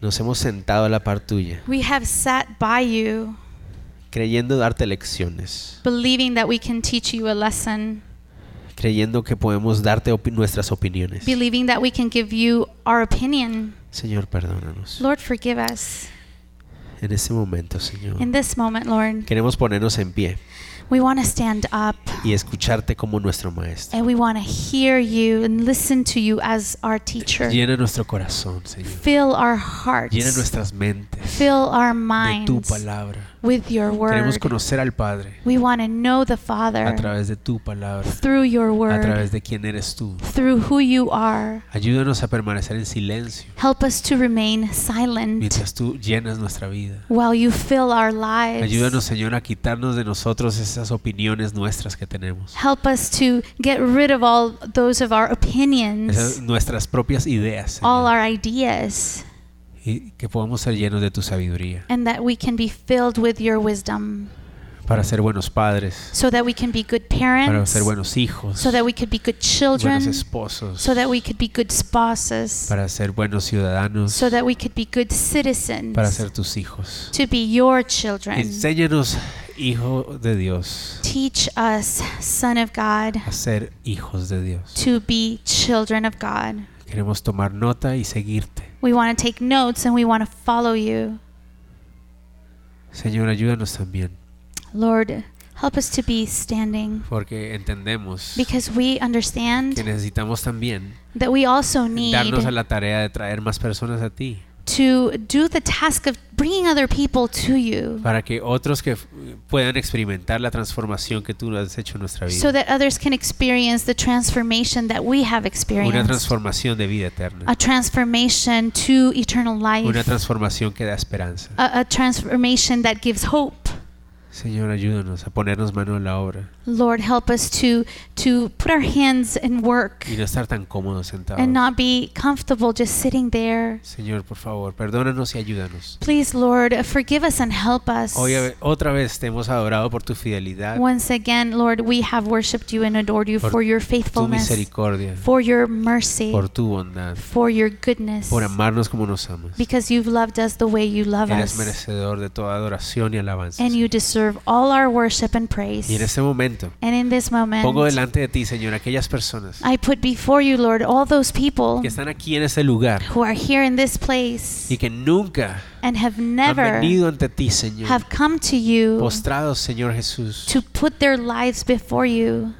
nos hemos sentado a la par tuya, we have sat by you creyendo darte lecciones, believing that we can teach you a lesson, creyendo que podemos darte opi- nuestras opiniones. believing that we can give you our opinion. Señor, perdónanos. Lord, forgive us. En este momento, Señor, In this moment, Lord, queremos ponernos en pie we want to stand up y escucharte como nuestro maestro. and we want to hear you and listen to you as our teacher. Llena nuestro corazón, Señor. Fill our Llena hearts, nuestras mentes fill our de tu minds palabra. with your Queremos word. conocer al Padre We want to know the a Father través de tu palabra, through your a word, través de quién eres tú. through who you are. Ayúdanos a permanecer en silencio Help us to remain silent mientras tú llenas nuestra vida. while you fill our lives. Ayúdanos, Señor, a quitarnos de nosotros esas opiniones nuestras que tenemos, Help us to get rid of all those of our esas, opinions, nuestras propias ideas, Señor, all our ideas, y que podamos ser llenos de tu sabiduría and that we can be filled with your wisdom para ser buenos padres, so that we can be good para parents, ser buenos hijos, so that we could be good children, buenos esposos, so that we could be good spouses, para ser buenos ciudadanos, so that we could be good para citizens, ser tus hijos. to be your children. Enséñanos, Hijo de Dios, Teach us, Son of God, a ser hijos de Dios. to be children of God. Queremos tomar nota y seguirte. We want to take notes and we want to follow you. Señor, ayúdanos también, Lord, help us to be standing. porque entendemos Because we que understand necesitamos también that we also need darnos a la tarea de traer más personas a ti, to do the task of bringing other people to you para que otros que f- puedan experimentar la transformación que tú has hecho en nuestra so vida. that others can experience the transformation that we have Una experienced. transformación de vida eterna. A transformation to eternal Una life, transformación que da esperanza. a, a transformation that gives hope. Señor, ayúdanos a ponernos mano a la obra Lord, help us to, to put our hands in work y no estar tan cómodos sentados. and not be comfortable just sitting there. Señor, por favor, perdónanos y ayúdanos. Please, Lord, forgive us and help us. Hoy a- otra vez te hemos adorado por tu fidelidad, Once again, Lord, we have worshiped you and adored you Por for your tu faithfulness, misericordia, for your mercy, por tu bondad, for your goodness, por amarnos como nos amas. because you've loved us the way you love Eres us. merecedor de toda adoración y alabanza. And Señor. you deserve all our worship Y and en praise. este momento And in this pongo moment, delante de ti, Señor, aquellas personas I put before you, Lord, all those people que están aquí en este lugar who are here in this place y que nunca and have han never venido ante ti, Señor, have come to you postrados, Señor Jesús, to put their lives before you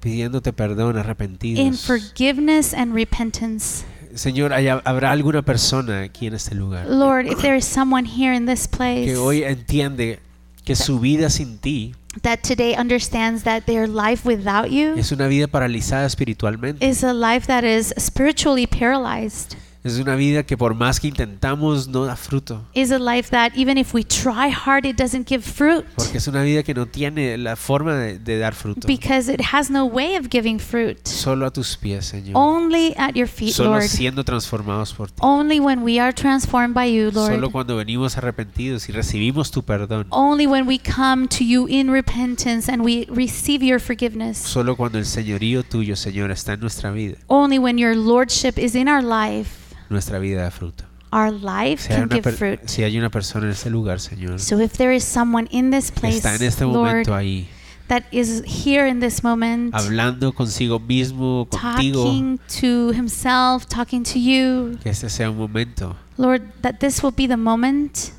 pidiéndote perdón, in arrepentidos. forgiveness and repentance. Señor, hay- habrá alguna persona aquí en este lugar Lord, if there is someone here in this que place hoy entiende que su vida sin ti that today understands that their life without you es una vida paralizada espiritualmente. is a life that is spiritually paralyzed. Es una vida que por más que intentamos no da fruto. is a life that even if we try hard, it doesn't give fruit Porque es una vida que no tiene la forma de, de dar fruto. because it has no way of giving fruit. Solo a tus pies, Señor. Only at your feet, Solo Lord. siendo transformados por ti. Only when we are transformed by you, Solo Lord. cuando venimos arrepentidos y recibimos tu perdón. Only when we come to you in repentance and we receive your forgiveness. Solo cuando el señorío tuyo, Señor, está en nuestra vida. Only when your lordship is in our life, Nuestra vida da fruto. our life Si hay can una, give per- fruit. si hay una persona en este lugar, Señor, So if there is someone in this que place, está en este Lord, momento ahí, that is here in this moment, hablando consigo mismo, contigo, talking to himself, talking to you, que este sea un momento Lord, that this will be the moment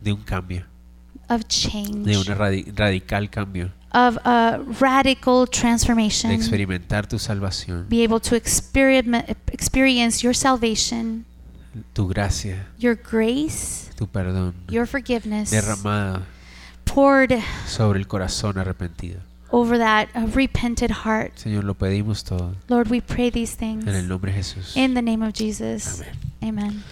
de un cambio, of de change, un radi- radical cambio, of a radical de transformation. experimentar tu salvación, Be able to experiment, experience your salvation, tu gracia, your grace, tu perdón, your forgiveness derramada poured sobre el corazón arrepentido. over that uh, repented heart. Señor, lo pedimos todo Lord, we pray these en el things nombre de Jesús. in the name of Jesus. Amén. Amen.